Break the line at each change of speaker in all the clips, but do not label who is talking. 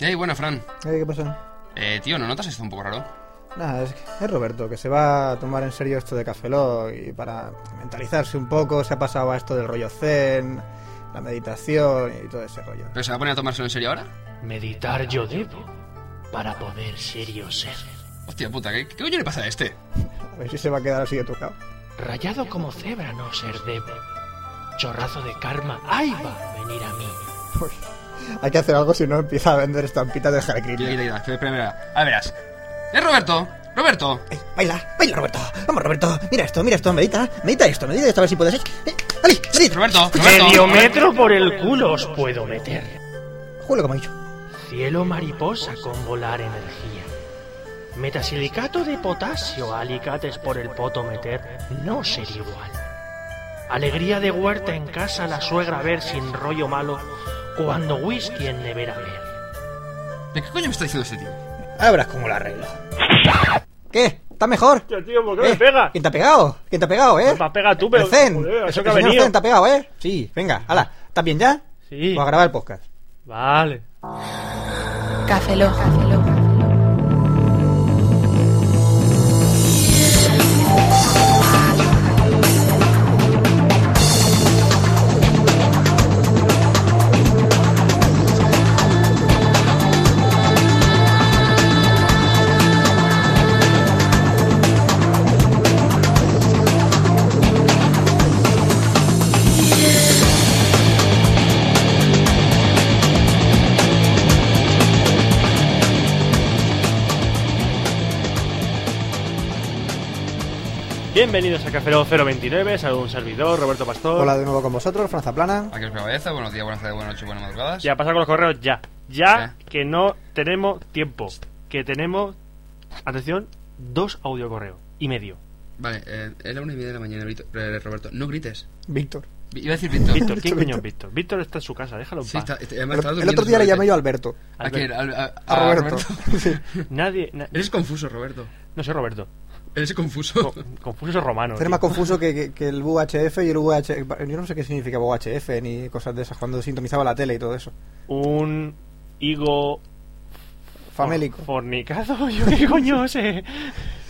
Hey, bueno, Fran.
Eh, ¿Qué pasa?
Eh, tío, ¿no notas esto un poco raro?
Nada, es, que es Roberto, que se va a tomar en serio esto de Café Lock y para mentalizarse un poco se ha pasado a esto del rollo zen, la meditación y todo ese rollo.
¿Pero se va a poner a tomárselo en serio ahora?
Meditar yo debo para poder ser yo ser.
Hostia puta, ¿qué, qué coño le pasa a este?
A ver si se va a quedar así de tocado.
Rayado como cebra no ser debo. Chorrazo de karma, ahí va a venir a mí.
Uy, Pues, Hay que hacer algo si no empieza a vender estampitas de Hare
Mira,
Krishna.
mira, mira, espera, espera, espera. A verás. ¡Es Roberto! ¡Roberto!
Eh, Baila, baila, Roberto. Vamos, Roberto. Mira esto, mira esto. Medita, medita esto, medita esto. A ver si puedes. Eh, ¡Ali, medita!
¡Roberto! ¡Roberto!
Medio metro por el culo os puedo meter.
Juro como he dicho.
Cielo mariposa con volar energía. Metasilicato de potasio a alicates por el poto meter no ser igual. Alegría de huerta en casa la suegra ver sin rollo malo cuando whisky en nevera ver.
¿De qué coño me está diciendo este tío?
Ahora verás cómo lo arreglo. ¿Qué? ¿Está mejor?
Hostia, tío, ¿por qué
Eh,
me pega?
¿Quién te ha pegado? ¿Quién te ha pegado, eh?
No me ha pegado tú, pero-
El Zen.
joder, eso
El
que ha
señor
venido.
Zen te ha pegado, eh. Sí, venga, hala. ¿Estás bien ya?
Sí.
Vamos a grabar el podcast.
Vale.
Café Lock.
Bienvenidos a Café Lock 029, saludo un servidor, Roberto Pastor.
Hola de nuevo con vosotros, Franza Plana.
Aquí os cabeza, buenos días, buenas tardes, buenas noches, buenas madrugadas.
Ya, pasar con los correos ya. Ya
Ya.
que no tenemos tiempo. Que tenemos, atención, dos audio correo y medio.
Vale, eh, es la una y media de la mañana, Vito- eh, Roberto. No grites.
Víctor.
Vi- Iba a decir Víctor.
Víctor,
Dicho
¿quién coño
Víctor.
es Víctor? Víctor está en su casa, déjalo en
Sí,
paz.
está, está- además
El,
estaba
el
durmiendo
otro día le
seguramente.
llamé yo a Alberto. Este
¿A quién? ¿Al- ¿A,
A
a
Roberto. Sí.
Nadie, na-
Eres confuso, Roberto.
no sé Roberto,
Eres
Co-
confuso.
confuso romano.
Hacer
tío.
más confuso que, que- que el VHF y el VHF. Yo no sé qué significa VHF ni cosas de esas cuando sintonizaba la tele y todo eso.
Un higo for-
Famélico.
Oh,
fornicado, yo qué coño sé.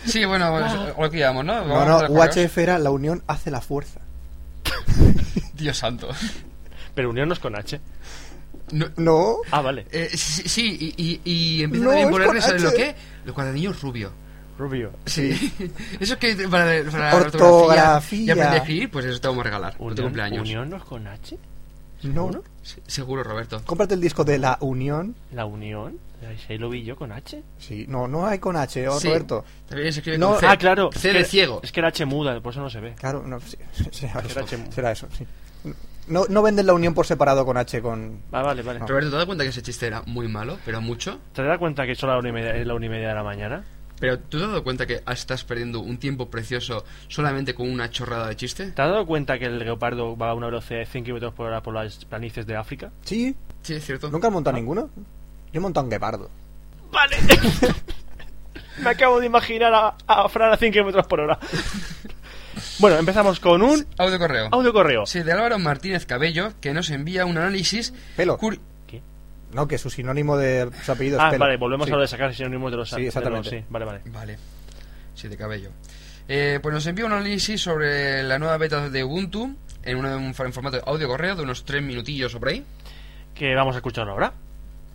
Sí, bueno, pues, eh, lo que llamamos, ¿no?
Ah. No,
Vamos a
no,
los correos.
UHF era la unión hace la fuerza.
Dios santo.
Pero unirnos con H.
No,
No.
Ah, vale,
eh, sí, sí, y, y, y empiezan
No,
a
es
imponerle,
con
¿sabes lo
H.
que? Los cuadernillos rubio.
Rubio.
Sí. Eso es que para, para la
Ortografía.
Y aprender a escribir, pues eso te vamos a regalar por tu
Unión-
cumpleaños.
¿Unirnos con H?
No.
Se- Seguro, Roberto.
Cómprate el disco de la unión.
¿La unión? Ahí lo vi yo con H.
Sí, no, no hay con H, oh,
Sí.
Roberto.
También se escribe
No,
con C.
ah, claro.
C
es
de
que-
ciego.
Es que la H muda, por eso no se ve.
Claro, no, sí, será, eso,
H.
será eso, sí. No, no venden la unión por separado con H, con...
Ah, vale, vale.
No.
Roberto, ¿te das cuenta que ese chiste era muy malo, pero mucho?
¿Te das cuenta que son la una y media, es la una y media de la mañana?
Pero ¿tú te has dado cuenta que estás perdiendo un tiempo precioso solamente con una chorrada de chiste?
¿Te has dado cuenta que el leopardo va a una velocidad de 100 kilómetros por hora por las planicies de África?
Sí,
Sí, es cierto.
nunca he
Ah.
montado ninguno. Yo he montado un guepardo.
¡Vale! Me acabo de imaginar a, a Fran a 100 kilómetros por hora. bueno, empezamos con un
Audio correo.
audio correo.
Sí, de Álvaro Martínez Cabello, que nos envía un análisis...
Pelo.
cur-
No, que su sinónimo de su apellido
Ah,
es pelo.
vale, volvemos
Sí.
a lo de sacar sinónimos de los
Sí,
de los-
exactamente.
sí, vale, vale.
Vale. Sí, de cabello. Eh, pues nos envía un análisis sobre la nueva beta de Ubuntu en, una- un fa- en formato de audio correo de unos tres minutillos o por ahí.
Que vamos a escucharlo ahora.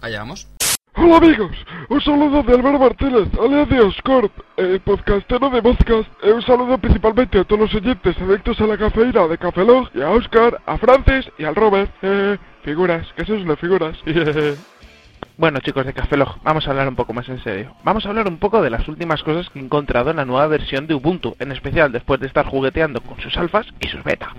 Allá vamos.
Hola ¡Oh, amigos, un saludo de Álvaro Martínez, alias de Oscorp, eh, podcastero de podcast. Eh, un saludo principalmente a todos los oyentes adictos a la cafeína de Cafelog y a Oscar, a Francis y al Robert. Eh, figuras, que son las figuras.
Bueno chicos de Cafelog, vamos a hablar un poco más en serio. Vamos a hablar un poco de las últimas cosas que he encontrado en la nueva versión de Ubuntu, en especial después de estar jugueteando con sus alfas y sus beta,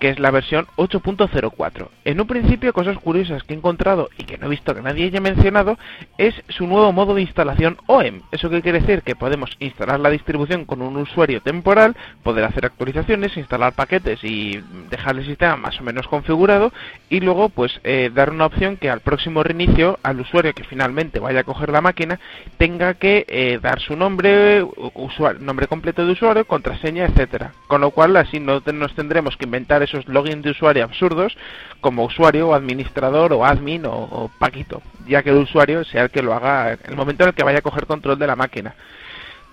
que es la versión 8.04. En un principio cosas curiosas que he encontrado y que no he visto que nadie haya mencionado es su nuevo modo de instalación OEM. Eso que quiere decir que podemos instalar la distribución con un usuario temporal, poder hacer actualizaciones, instalar paquetes y dejar el sistema más o menos configurado y luego pues eh, dar una opción que al próximo reinicio al usuario que finalmente vaya a coger la máquina tenga que eh, dar su nombre usuario, nombre completo de usuario contraseña etcétera con lo cual así no te- nos tendremos que inventar esos login de usuario absurdos como usuario o administrador o admin o, o paquito, ya que el usuario sea el que lo haga en el momento en el que vaya a coger control de la máquina.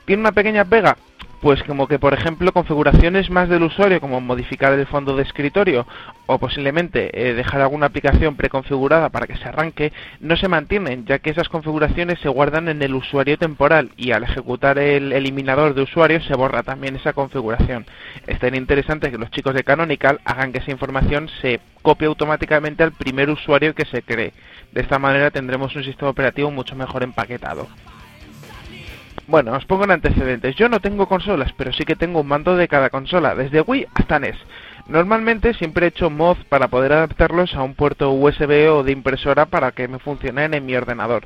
¿Tiene una pequeña pega? Pues como que, por ejemplo, configuraciones más del usuario, como modificar el fondo de escritorio o posiblemente eh, dejar alguna aplicación preconfigurada para que se arranque, no se mantienen, ya que esas configuraciones se guardan en el usuario temporal y al ejecutar el eliminador de usuario se borra también esa configuración. Es tan interesante que los chicos de Canonical hagan que esa información se copie automáticamente al primer usuario que se cree. De esta manera tendremos un sistema operativo mucho mejor empaquetado. Bueno, os pongo en antecedentes. Yo no tengo consolas, pero sí que tengo un mando de cada consola, desde Wii hasta NES. Normalmente siempre he hecho mods para poder adaptarlos a un puerto USB o de impresora para que me funcionen en mi ordenador.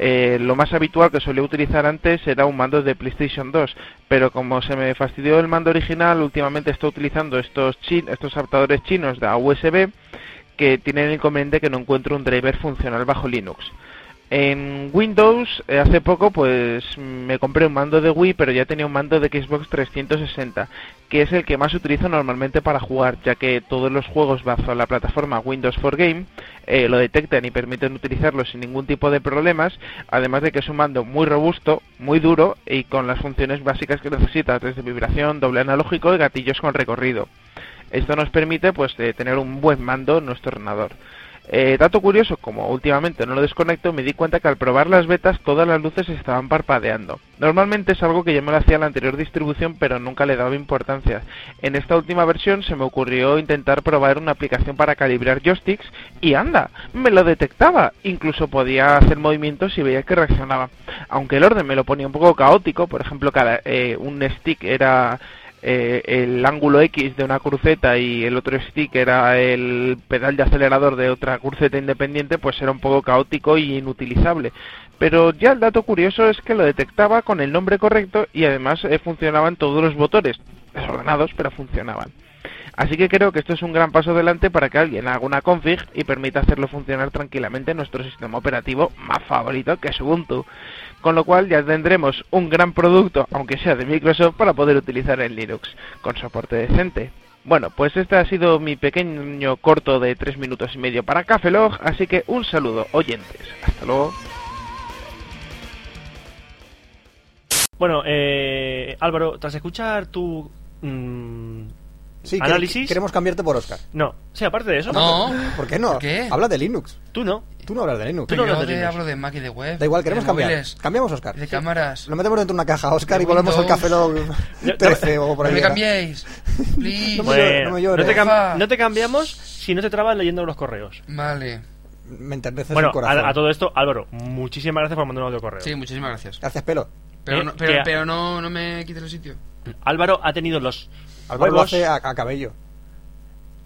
Eh, lo más habitual que solía utilizar antes era un mando de PlayStation 2, pero como se me fastidió el mando original, últimamente estoy utilizando estos, chin- estos adaptadores chinos de USB que tienen el inconveniente que no encuentro un driver funcional bajo Linux. En Windows eh, hace poco pues me compré un mando de Wii pero ya tenía un mando de Xbox 360 que es el que más utilizo normalmente para jugar ya que todos los juegos bajo la plataforma Windows for Game eh, lo detectan y permiten utilizarlo sin ningún tipo de problemas además de que es un mando muy robusto, muy duro y con las funciones básicas que necesitas desde vibración, doble analógico y gatillos con recorrido. Esto nos permite pues eh, tener un buen mando en nuestro ordenador. Eh, dato curioso, como últimamente no lo desconecto, me di cuenta que al probar las betas todas las luces estaban parpadeando. Normalmente es algo que ya me lo hacía en la anterior distribución, pero nunca le daba importancia. En esta última versión se me ocurrió intentar probar una aplicación para calibrar joysticks y anda, me lo detectaba. Incluso podía hacer movimientos y veía que reaccionaba. Aunque el orden me lo ponía un poco caótico, por ejemplo, cada, eh, un stick era eh, el ángulo X de una cruceta y el otro stick era el pedal de acelerador de otra cruceta independiente, pues era un poco caótico y inutilizable. Pero ya el dato curioso es que lo detectaba con el nombre correcto y además eh, funcionaban todos los botones, desordenados, pero funcionaban. Así que creo que esto es un gran paso adelante para que alguien haga una config y permita hacerlo funcionar tranquilamente en nuestro sistema operativo más favorito que es Ubuntu. Con lo cual ya tendremos un gran producto, aunque sea de Microsoft, para poder utilizar en Linux, con soporte decente. Bueno, pues este ha sido mi pequeño corto de 3 minutos y medio para Cafelog, así que un saludo, oyentes. Hasta luego.
Bueno, eh, Álvaro, tras escuchar tu... mm,
Sí, que-
¿Análisis?
queremos cambiarte por Oscar.
no, sí, aparte de eso,
No,
¿Por qué no?
¿Por qué?
Habla de Linux.
tú no.
Tú no hablas de Linux.
Tú no hablas
yo
de
te
Linux.
hablo de Mac y de web.
Da igual, queremos
de
cambiar.
móviles,
Cambiamos a Oscar.
De
Sí.
cámaras.
Lo metemos dentro de una caja, Oscar,
De
y volvemos al
Windows.
Café Log 13 o por
No
ahí.
me
era.
cambiéis. Please.
No me llores,
Bueno,
no
no,
me llores.
te cam-
Porfa.
no te cambiamos si no te trabas leyendo los correos.
Vale.
Me enterneces
bueno,
el corazón.
a, a todo esto, Álvaro, muchísimas gracias por mandar un audio correo.
Sí, muchísimas gracias.
Gracias, pelo.
Pero,
Eh,
no, pero,
que-
pero no, no me quites el sitio.
Álvaro ha tenido los
Álvaro lo
huevos.
hace a, a cabello.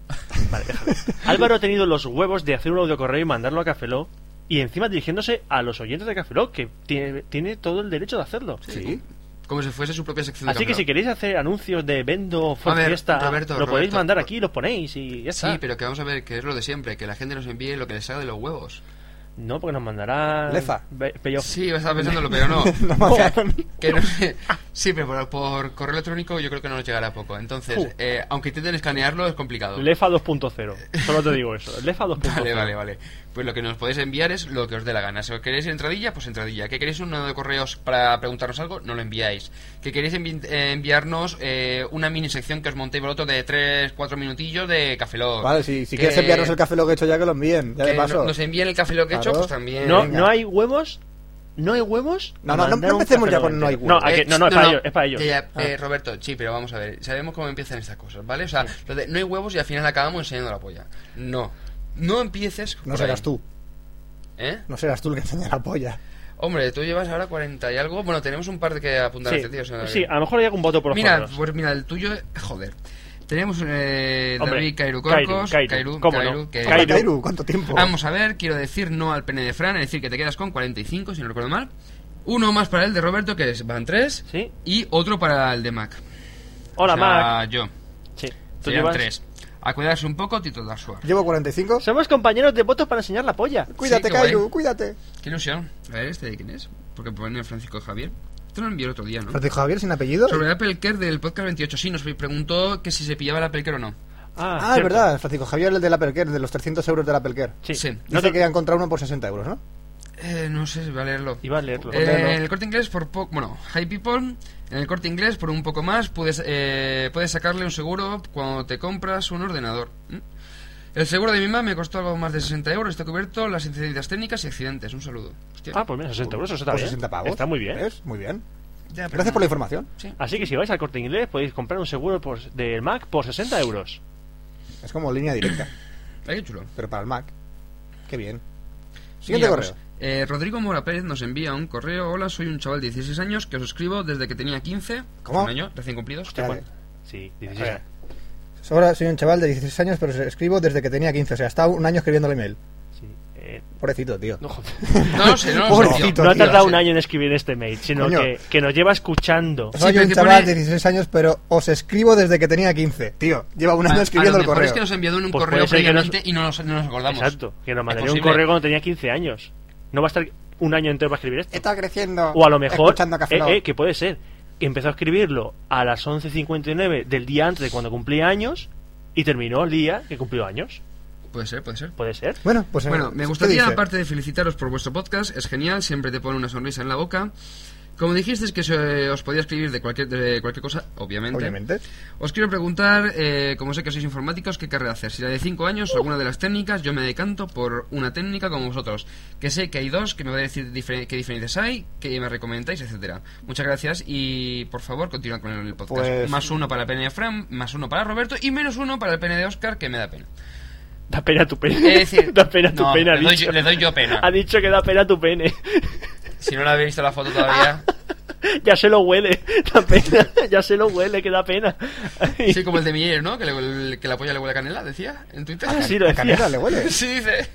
Vale, déjame. Álvaro ha tenido los huevos de hacer un audio correo y mandarlo a Cafeló y encima dirigiéndose a los oyentes de Cafeló, que tiene, tiene todo el derecho de hacerlo.
Sí.
Como si fuese su propia sección de
Así que
Cafelog.
si queréis hacer anuncios de vendo, Ford
A ver,
fiesta,
Roberto,
lo
Roberto,
podéis mandar
por-
aquí, los ponéis y ya
Sí,
está.
pero que vamos a ver que es lo de siempre, que la gente nos envíe lo que les salga de los huevos.
No, porque nos mandarán.
Lefa.
Be- bello-
Sí, estaba pensándolo, pero no.
No, o sea,
Que no sé. Sí, pero por, por correo electrónico yo creo que no nos llegará poco. Entonces,
Ju.
eh, aunque intenten escanearlo, es complicado.
Lefa 2.0. Solo te digo eso. Lefa 2.0.
Vale, vale, vale. Pues lo que nos podéis enviar es lo que os dé la gana. Si os queréis entradilla, pues entradilla. ¿Que queréis un nodo de correos para preguntarnos algo? No lo enviáis. ¿Que queréis envi- eh, enviarnos eh, una mini sección que os montéis vosotros de 3, 4 minutillos de Café Lock?
Vale, si, si
Que-
quieres enviarnos el Café Log hecho ya que lo envíen. Ya de
Eh, que
paso.
no- nos envíen el Café Lock hecho,
Claro.
pues también.
No,
Venga.
no hay huevos. No hay huevos.
No, no, no-
Mandar
no
un
empecemos ya
Cafeló
con no hay
entero.
huevos.
No, a Ah, que-
Eh,
no, no, es para ellos. Es para ellos. Ah.
Ya, ya, eh, Roberto, sí, pero vamos a ver. Sabemos cómo empiezan estas cosas, ¿vale? O sea, lo de no hay huevos y al final acabamos enseñando la polla. No. No empieces.
No
por
serás
ahí.
tú.
¿Eh?
No serás tú el que enseña la polla.
Hombre, tú llevas ahora 40 y algo. Bueno, tenemos un par de que apuntar a
Sí,
este tío. o sea,
sí, a lo mejor hay algún voto por los
Mira,
correos.
pues mira, el tuyo, joder. Tenemos eh,
Hombre,
David Kairu
Kairu,
Corcos,
Kairu,
Kairu,
¿cómo no?
Kairu, que-
Kairu.
Hola, Kairu, ¿cuánto tiempo?
Vamos a ver, quiero decir no al pene de Fran, es decir, que te quedas con 45, si no recuerdo mal. Uno más para el de Roberto, que es- van tres.
Sí.
Y otro para el de Mac.
Hola,
o sea,
Mac.
yo.
Sí, tú
Serían
llevas-
tres. A cuidarse un poco, Tito Darsuar.
Llevo 45.
Somos compañeros de votos para enseñar la polla.
Cuídate,
qué
Kairu,
guay.
cuídate.
Qué ilusión. A ver, ¿este de quién es? Porque pone Francisco Javier. Te lo envió el otro día, ¿no?
Francisco Javier sin apellido.
Sobre el Apple Care del podcast 28, sí, nos preguntó que si se pillaba el Apple Care o no.
Ah,
Ah, es
cierto.
verdad, Francisco Javier, el del Apple Care, de los 300 euros del Apple Care.
Sí.
Sí.
No
Dice
te...
que ha encontrado uno por 60 euros, ¿no?
Eh, no sé si va a leerlo.
Iba a leerlo.
Eh, el corte inglés por poco. Bueno, High People. En el corte inglés por un poco más puedes, eh, puedes sacarle un seguro cuando te compras un ordenador. ¿Mm? El seguro de mi mamá me costó algo más de 60 euros. Está cubierto las incidencias técnicas y accidentes. Un saludo. Hostia.
Ah, pues mira, 60 euros, eso está
por
bien.
60 pavos.
Está muy bien.
¿Ves? Muy bien.
Ya, pero
Gracias
no.
por la información.
Sí.
Así que si vais al corte inglés podéis comprar un seguro por- del Mac por 60 euros.
Es como línea directa,
Ay, qué chulo.
pero para el Mac. Qué bien. Siguiente
Mira,
correo.
pues, eh, Rodrigo Mora Pérez nos envía un correo. Hola, soy un chaval de 16 años que os escribo desde que tenía 15.
¿Cómo?
Un año, recién cumplidos.
Espérate.
Sí,
A
16.
ver. Pues Ahora soy un chaval de 16 años, pero escribo desde que tenía 15. O sea, está un año escribiendo el email.
Sí. Eh,
Pobrecito, tío.
no, joder.
No lo sé, no lo sé. tío.
Pobrecito,
No ha
tío.
tardado un año en escribir este mail, sino
Coño.
que, que nos lleva escuchando.
Pues Soy
Sí, pero
un
que
chaval
pone-
de 16 años, pero os escribo desde que tenía 15. Tío, lleva un
Ah, A-
año
a
escribiendo
lo
el
mejor
correo.
es que nos envió un
Pues
correo
puede ser que
previamente y no nos, no nos acordamos.
Exacto. Que nos
Es
mandaría un
posible.
correo cuando tenía 15 años. No va a estar un año entero para escribir esto.
Está creciendo.
O a lo mejor,
Eh, Escuchando Café Lock.
eh, eh, que puede ser, que empezó a escribirlo a las 11.59 del día antes de cuando cumplía años y terminó el día que cumplió años.
Puede ser, puede ser.
Puede ser.
Bueno, pues. eh,
Bueno, me
¿qué
gustaría,
dice?
aparte de felicitaros por vuestro podcast, es genial, siempre te pone una sonrisa en la boca. Como dijisteis que se- os podía escribir de cualquier, de cualquier cosa, obviamente.
Obviamente.
Os quiero preguntar, eh, como sé que sois informáticos, ¿qué carrera hacer? Si la de 5 años o alguna de las técnicas, yo me decanto por una técnica como vosotros. Que sé que hay dos, que me vais a decir difer- qué diferencias hay, que me recomendáis, etcétera. Muchas gracias y, por favor, continuad con el podcast.
Pues-
Más uno para el pene de Fran, más uno para Roberto y menos uno para el pene de Oscar, que me da pena.
Da pena tu pene.
Es decir,
da pena tu
no,
pene. ha
le doy
dicho.
yo- le doy yo pena.
Ha dicho que da pena tu pene.
Si no la habéis visto la foto todavía...
ya se lo huele. Da pena. ya se lo huele, que da pena.
Sí, como el de Miller, ¿no? Que, le- que la polla le huele a canela, decía en Twitter.
Ah, sí, lo
La canela le
decía.
huele.
Sí, dice.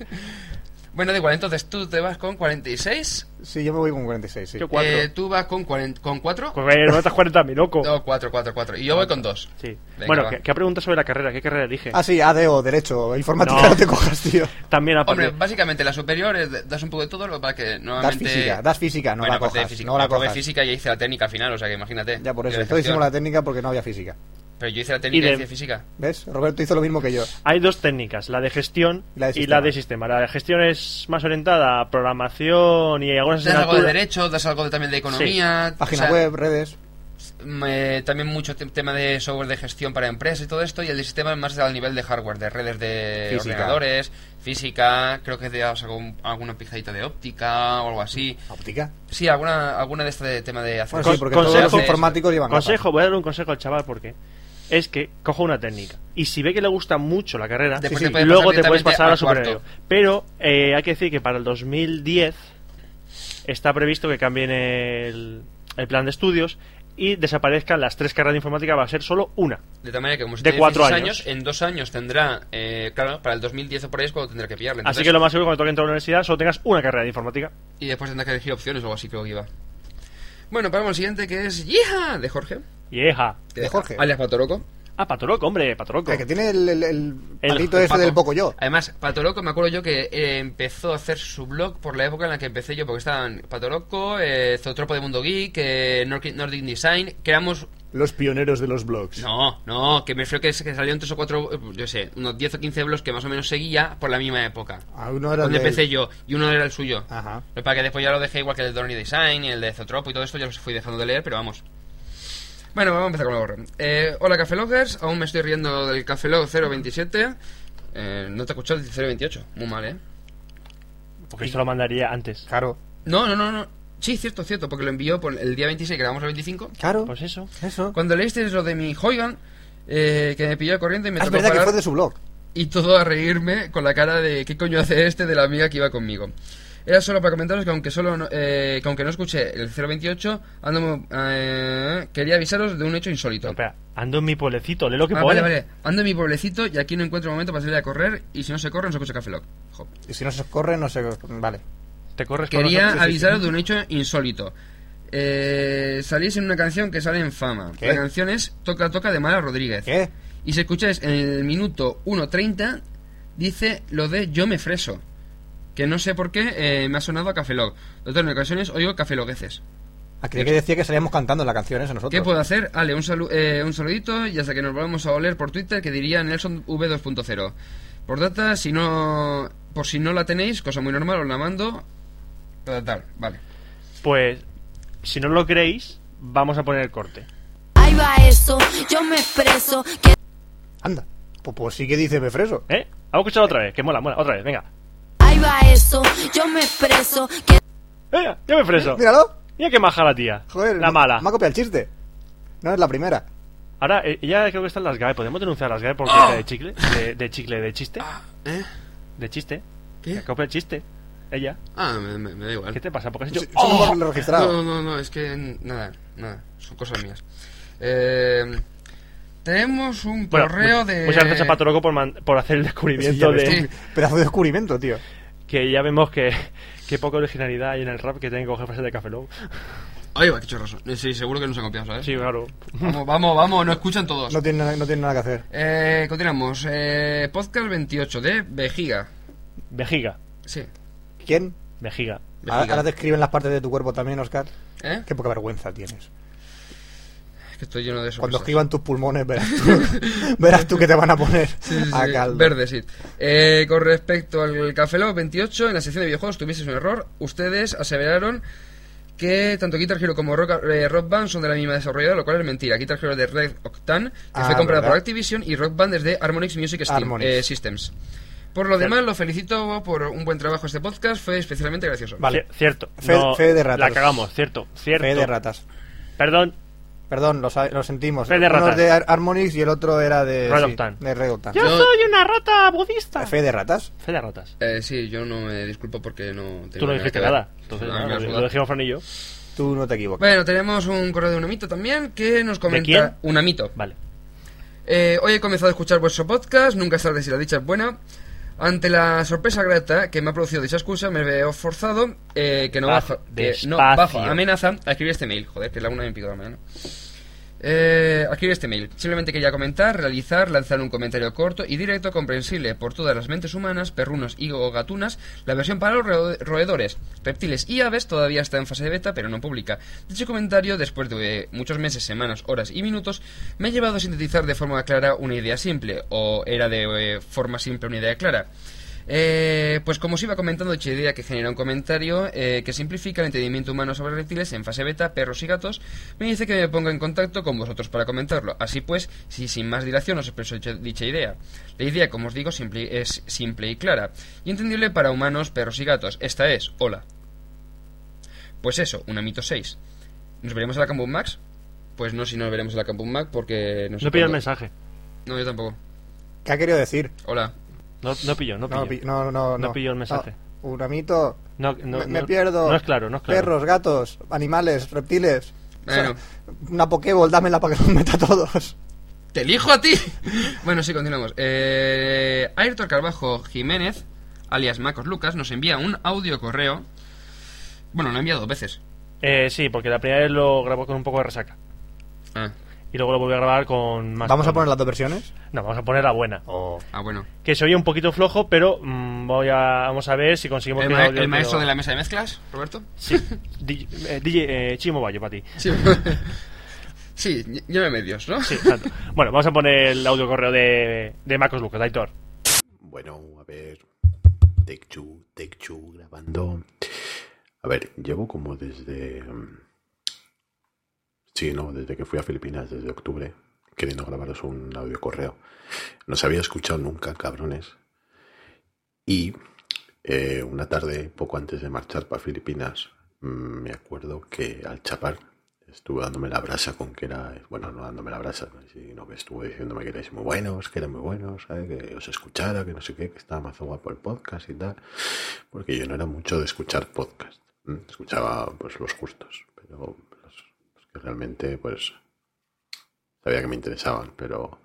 Bueno, da igual, entonces tú te vas con 46.
Sí, yo me voy con 46. Sí.
Yo cuatro.
eh, tú vas con, 40, con 4.
Pues, eh, no estás 40 mi loco.
No, 4, 4, 4. Y yo voy con 2.
Sí.
Venga,
bueno,
va.
¿qué, qué ha preguntado sobre la carrera? ¿Qué carrera elige?
Ah, sí, ADO, derecho. Informática,
No.
no, te cojas, tío.
También aparte.
Hombre, básicamente la superior es- das un poco de todo, lo para que
Das
nuevamente.
física, das física, no
Bueno,
la
aparte de
cojas.
física,
no la
yo probé
cojas.
física y hice la técnica al final, o sea que imagínate.
Ya por
Yo
eso.
la
Entonces hicimos la
gestión.
técnica porque no había física.
Pero yo hice la técnica
Y
y,
de-
hice física.
¿Ves? Roberto hizo lo mismo que yo.
Hay dos técnicas, la de gestión
La de
y
sistema.
la de sistema. La de gestión es más orientada a programación y algunas
Das algo de
asignaturas.
derecho, das algo de- también de economía.
Página
o sea,
web, redes.
Eh, también mucho te- tema de software de gestión para empresas y todo esto, y el de sistema más al nivel de hardware, de redes de
Física.
ordenadores, física, creo que te das algún- alguna pijadita de óptica o algo así.
Óptica.
Sí, alguna, alguna de este de tema de hacer...
Bueno,
Con-
sí, porque todos
consejo-
los informáticos llevan gafas.
Consejo, voy a dar un consejo al chaval porque es que coja una técnica y si ve que le gusta mucho la carrera,
Después
sí,
te
sí,
puede
luego
pasar
te puedes
directamente
pasar a la
al cuarto.
superior. Pero eh, hay que decir que para el 2010 está previsto que cambien el, el plan de estudios y desaparezcan las tres carreras de informática, va a ser solo una.
De tal manera que como si
de
tiene
cuatro
16
años.
en dos años tendrá, eh, claro, para el 2010 o por ahí es cuando tendrá que pillarle.
Así
entonces-
que lo más seguro cuando toque entrar a la universidad solo tengas una carrera de informática.
Y después tendrá que elegir opciones o algo así, creo que iba. Bueno, vamos al siguiente que es Yeeha de Jorge.
Yeja.
De Jorge.
Alias Patoroco.
Ah, Patoroco, hombre, Patoroco.
El que tiene el, el, el
El-
palito
el
ese
Pato.
del poco yo.
Además, Patoloco, me acuerdo yo que eh, empezó a hacer su blog por la época en la que empecé yo, porque estaban Patoloco, eh, Zootropo de Mundo Geek, eh, Nordic, Nordic Design, que éramos...
Los pioneros de los blogs.
No, no, que me refiero que, que salieron tres o cuatro, eh, yo sé, unos 10 o 15 blogs que más o menos seguía por la misma época.
Ah, uno era el
Donde
del- Ah.
empecé yo, y uno era el suyo.
Ajá.
Pero Para que después ya lo dejé igual que el de Dorney Design y el de Zotropo y todo esto, ya los fui dejando de leer, pero vamos. Bueno, vamos a empezar con la gorra. Eh, hola, Café Loggers. Aún me estoy riendo del Café Log 027. Eh, no te he escuchado el 028. Muy mal, ¿eh?
Porque esto lo mandaría antes.
Claro.
No, no, no, no. Sí, cierto, cierto, porque lo envió por el día 26, grabamos el 25.
Claro.
Pues eso.
eso.
Cuando leísteis lo de mi Hoygan, eh, que me pilló al corriente y me
Ah, es
tocó
verdad que
parar
fue de su blog.
y todo a reírme con la cara de ¿qué coño hace este de la amiga que iba conmigo? Era solo para comentaros que aunque solo no, eh, que aunque no escuché el 028, ando mu- eh, quería avisaros de un hecho insólito.
Espera, ando en mi pueblecito, lee lo que
Ah,
pone.
vale, vale. Ando en mi pueblecito y aquí no encuentro momento para salir a correr y si no se corre no se escucha Café Lock. Jo.
Y si no se corre, no se. Vale.
Te corres con
Quería
nosotros.
avisaros de un hecho insólito. Eh, salís en una canción que sale en fama.
¿Qué?
La canción es Toca Toca de Mara Rodríguez.
¿Qué?
Y si escucháis en el minuto 1.30, dice lo de Yo me freso. Que no sé por qué eh, me ha sonado a Café Log. De otras ocasiones oigo Café Logueces.
Aquí que decía que salíamos cantando la canción esa nosotros.
¿Qué puedo hacer? Ale, un, salu- eh, un saludito y hasta que nos volvamos a oler por Twitter que diría Nelson V2.0. Por data, si no, por si no la tenéis, cosa muy normal, os la mando. Tal, tal, vale.
Pues, si no lo creéis, vamos a poner el corte.
Ahí va eso, yo me expreso. Que
Anda. Pues, pues sí que dice me freso.
¿Eh? Vamos a escucharlo otra vez, que mola, mola, otra vez, venga.
ahí va eso, yo me expreso. Que
Venga, yo Eh, me freso.
Míralo.
Mira qué maja la tía.
Joder.
la
me-
mala.
Me ha copiado el chiste. No es la primera.
Ahora, eh, ya creo que están las GAE. ¿Podemos denunciar a las GAE por
¡Ah!
de chicle? De, de chicle, de chiste.
¿Eh?
De chiste.
¿Qué?
Que copia el chiste. Ella.
Ah, me, me- me da igual.
¿Qué te pasa? Porque has ¡Oh!
Sí,
hecho...
sí, ¡Oh! no lo he registrado.
No, no, no, es que n- nada, nada, son cosas mías. Eh, tenemos un
Bueno, pues,
correo
mu-
de...
Muchas gracias a Pato Loco por, man- por hacer el
Sí, ya
descubrimiento
ves,
de...
sí.
tío. Pedazo de descubrimiento, tío.
Que ya vemos que, que poca originalidad hay en el rap que tienen que coger frases de Café Lock.
Ay, va, qué chorroso. Eh, Sí, seguro que nos han copiado, ¿sabes?
Sí, claro.
Vamos, vamos, vamos, no escuchan todos.
No tiene, nada- no tiene nada que hacer.
Eh, continuamos. Eh, podcast 28 de Vejiga.
Vejiga.
Sí.
¿Quién?
Vejiga.
Ahora,
Vejiga.
ahora te escriben las partes de tu cuerpo también, Oscar.
¿Eh?
Qué poca vergüenza tienes.
Es que estoy lleno de sorpresas.
Cuando escriban tus pulmones, verás tú, verás tú que te van a poner
Sí, sí,
a
sí,
caldo.
Verde, sí. Eh, con respecto al Café Lock 28, en la sección de videojuegos tuvisteis un error. Ustedes aseveraron que tanto Guitar Hero como Rock, eh, Rock Band son de la misma desarrolladora, lo cual es mentira. Guitar Hero es de Red Octane, que
Ah,
fue comprada
¿verdad?
por Activision, y Rock Band es de Harmonix Music Steam,
Harmonix.
eh, Systems. Por lo demás, lo felicito por un buen trabajo este podcast, fue especialmente gracioso.
Vale.
Cier- cierto.
Fe-
No,
fe de ratas.
La cagamos, cierto. Cierto.
Fe de ratas.
Perdón.
Perdón, lo, sa- lo sentimos.
Fe de
Uno
ratas.
es de Ar- Harmonix y el otro era de.
Red
sí,
Octane.
de Red Octane.
Yo
Yo-
soy una rata budista.
Fe de ratas.
Fe de ratas.
Eh, sí, yo no me disculpo porque no...
Tú no
tenía
dijiste
que ver.
nada. Entonces,
Ah,
nada,
me has
lo- lo
jugado.
dejamos Fran y yo.
Tú no te equivocas.
Bueno, tenemos un correo de un amito también que nos comenta...
quién?
Un amito.
Vale.
Eh, hoy he comenzado a escuchar vuestro podcast, nunca es tarde si la dicha es buena. Ante la sorpresa grata que me ha producido dicha excusa, me veo forzado, eh, que no
Despacio,
bajo, que no
despacio.
bajo amenaza, a escribir este mail. Joder, que es la una y pico de la mañana. Eh, a escribir este mail. Simplemente quería comentar, realizar, lanzar un comentario corto y directo, comprensible por todas las mentes humanas, perrunos y o gatunas. La versión para los roe- roedores, reptiles y aves todavía está en fase de beta, pero no pública. Dicho comentario, después de eh, muchos meses, semanas, horas y minutos, me ha llevado a sintetizar de forma clara una idea simple, o era de eh, forma simple una idea clara. Eh, pues como os iba comentando, he hecho idea que genera un comentario eh, que simplifica el entendimiento humano sobre reptiles en fase beta, perros y gatos, me dice que me ponga en contacto con vosotros para comentarlo. Así pues, si sin más dilación os expreso dicha- dicha idea. La idea, como os digo, simple- es simple y clara, y entendible para humanos, perros y gatos. Esta es, hola. Pues eso, un amito 6. ¿Nos veremos en la Campus Max? Pues no, si no nos veremos en la Campus Max porque... No, sé
No pillo
cuándo.
el mensaje.
No, yo tampoco.
¿Qué ha querido decir?
Hola.
No, no pillo, no pillo.
No, pi- no, no,
No
no.
pillo el mensaje.
No, un amito.
No, no,
me, me
no-
pierdo.
No es claro, no es claro.
Perros, gatos, animales, reptiles.
Bueno.
una Pokéball, dámela para que nos meta a todos.
¡Te elijo a ti! bueno, sí, continuamos. Eh, Ayrton Carbajo Jiménez, alias Macos Lucas, nos envía un audio correo. Bueno, lo ha enviado dos veces.
Eh, sí, porque la primera vez lo grabó con un poco de resaca.
Ah,
Y luego lo volví a grabar con más.
Vamos a
tono.
poner las dos versiones.
No, vamos a poner la buena.
ah, bueno.
Que se oye un poquito flojo, pero mm, voy a, vamos a ver si conseguimos
El,
que
ma-
audio
el maestro
que
de
lo-
la mesa de mezclas, Roberto.
Sí. DJ, eh, DJ, eh, Chimo Bayo, para ti.
Sí. sí, ll- lleve medios, ¿no?
Sí, exacto. bueno, vamos a poner el audio correo de, de Marcos Lucas, de Aitor.
Bueno, a ver. Take Two, Take Two, grabando. A ver, llevo como desde. mm, Sí, no, desde que fui a Filipinas, desde octubre, queriendo grabaros un audio correo. No se había escuchado nunca, cabrones. Y eh, una tarde, poco antes de marchar para Filipinas, mm, me acuerdo que al chapar estuve dándome la brasa con que era, bueno, no dándome la brasa, sino que estuvo diciéndome que erais muy buenos, que eran muy buenos, ¿sabes? que os escuchara, que no sé qué, que estaba más guapo el podcast y tal, porque yo no era mucho de escuchar podcast, ¿m? escuchaba pues los justos, pero los, los que realmente pues sabía que me interesaban, pero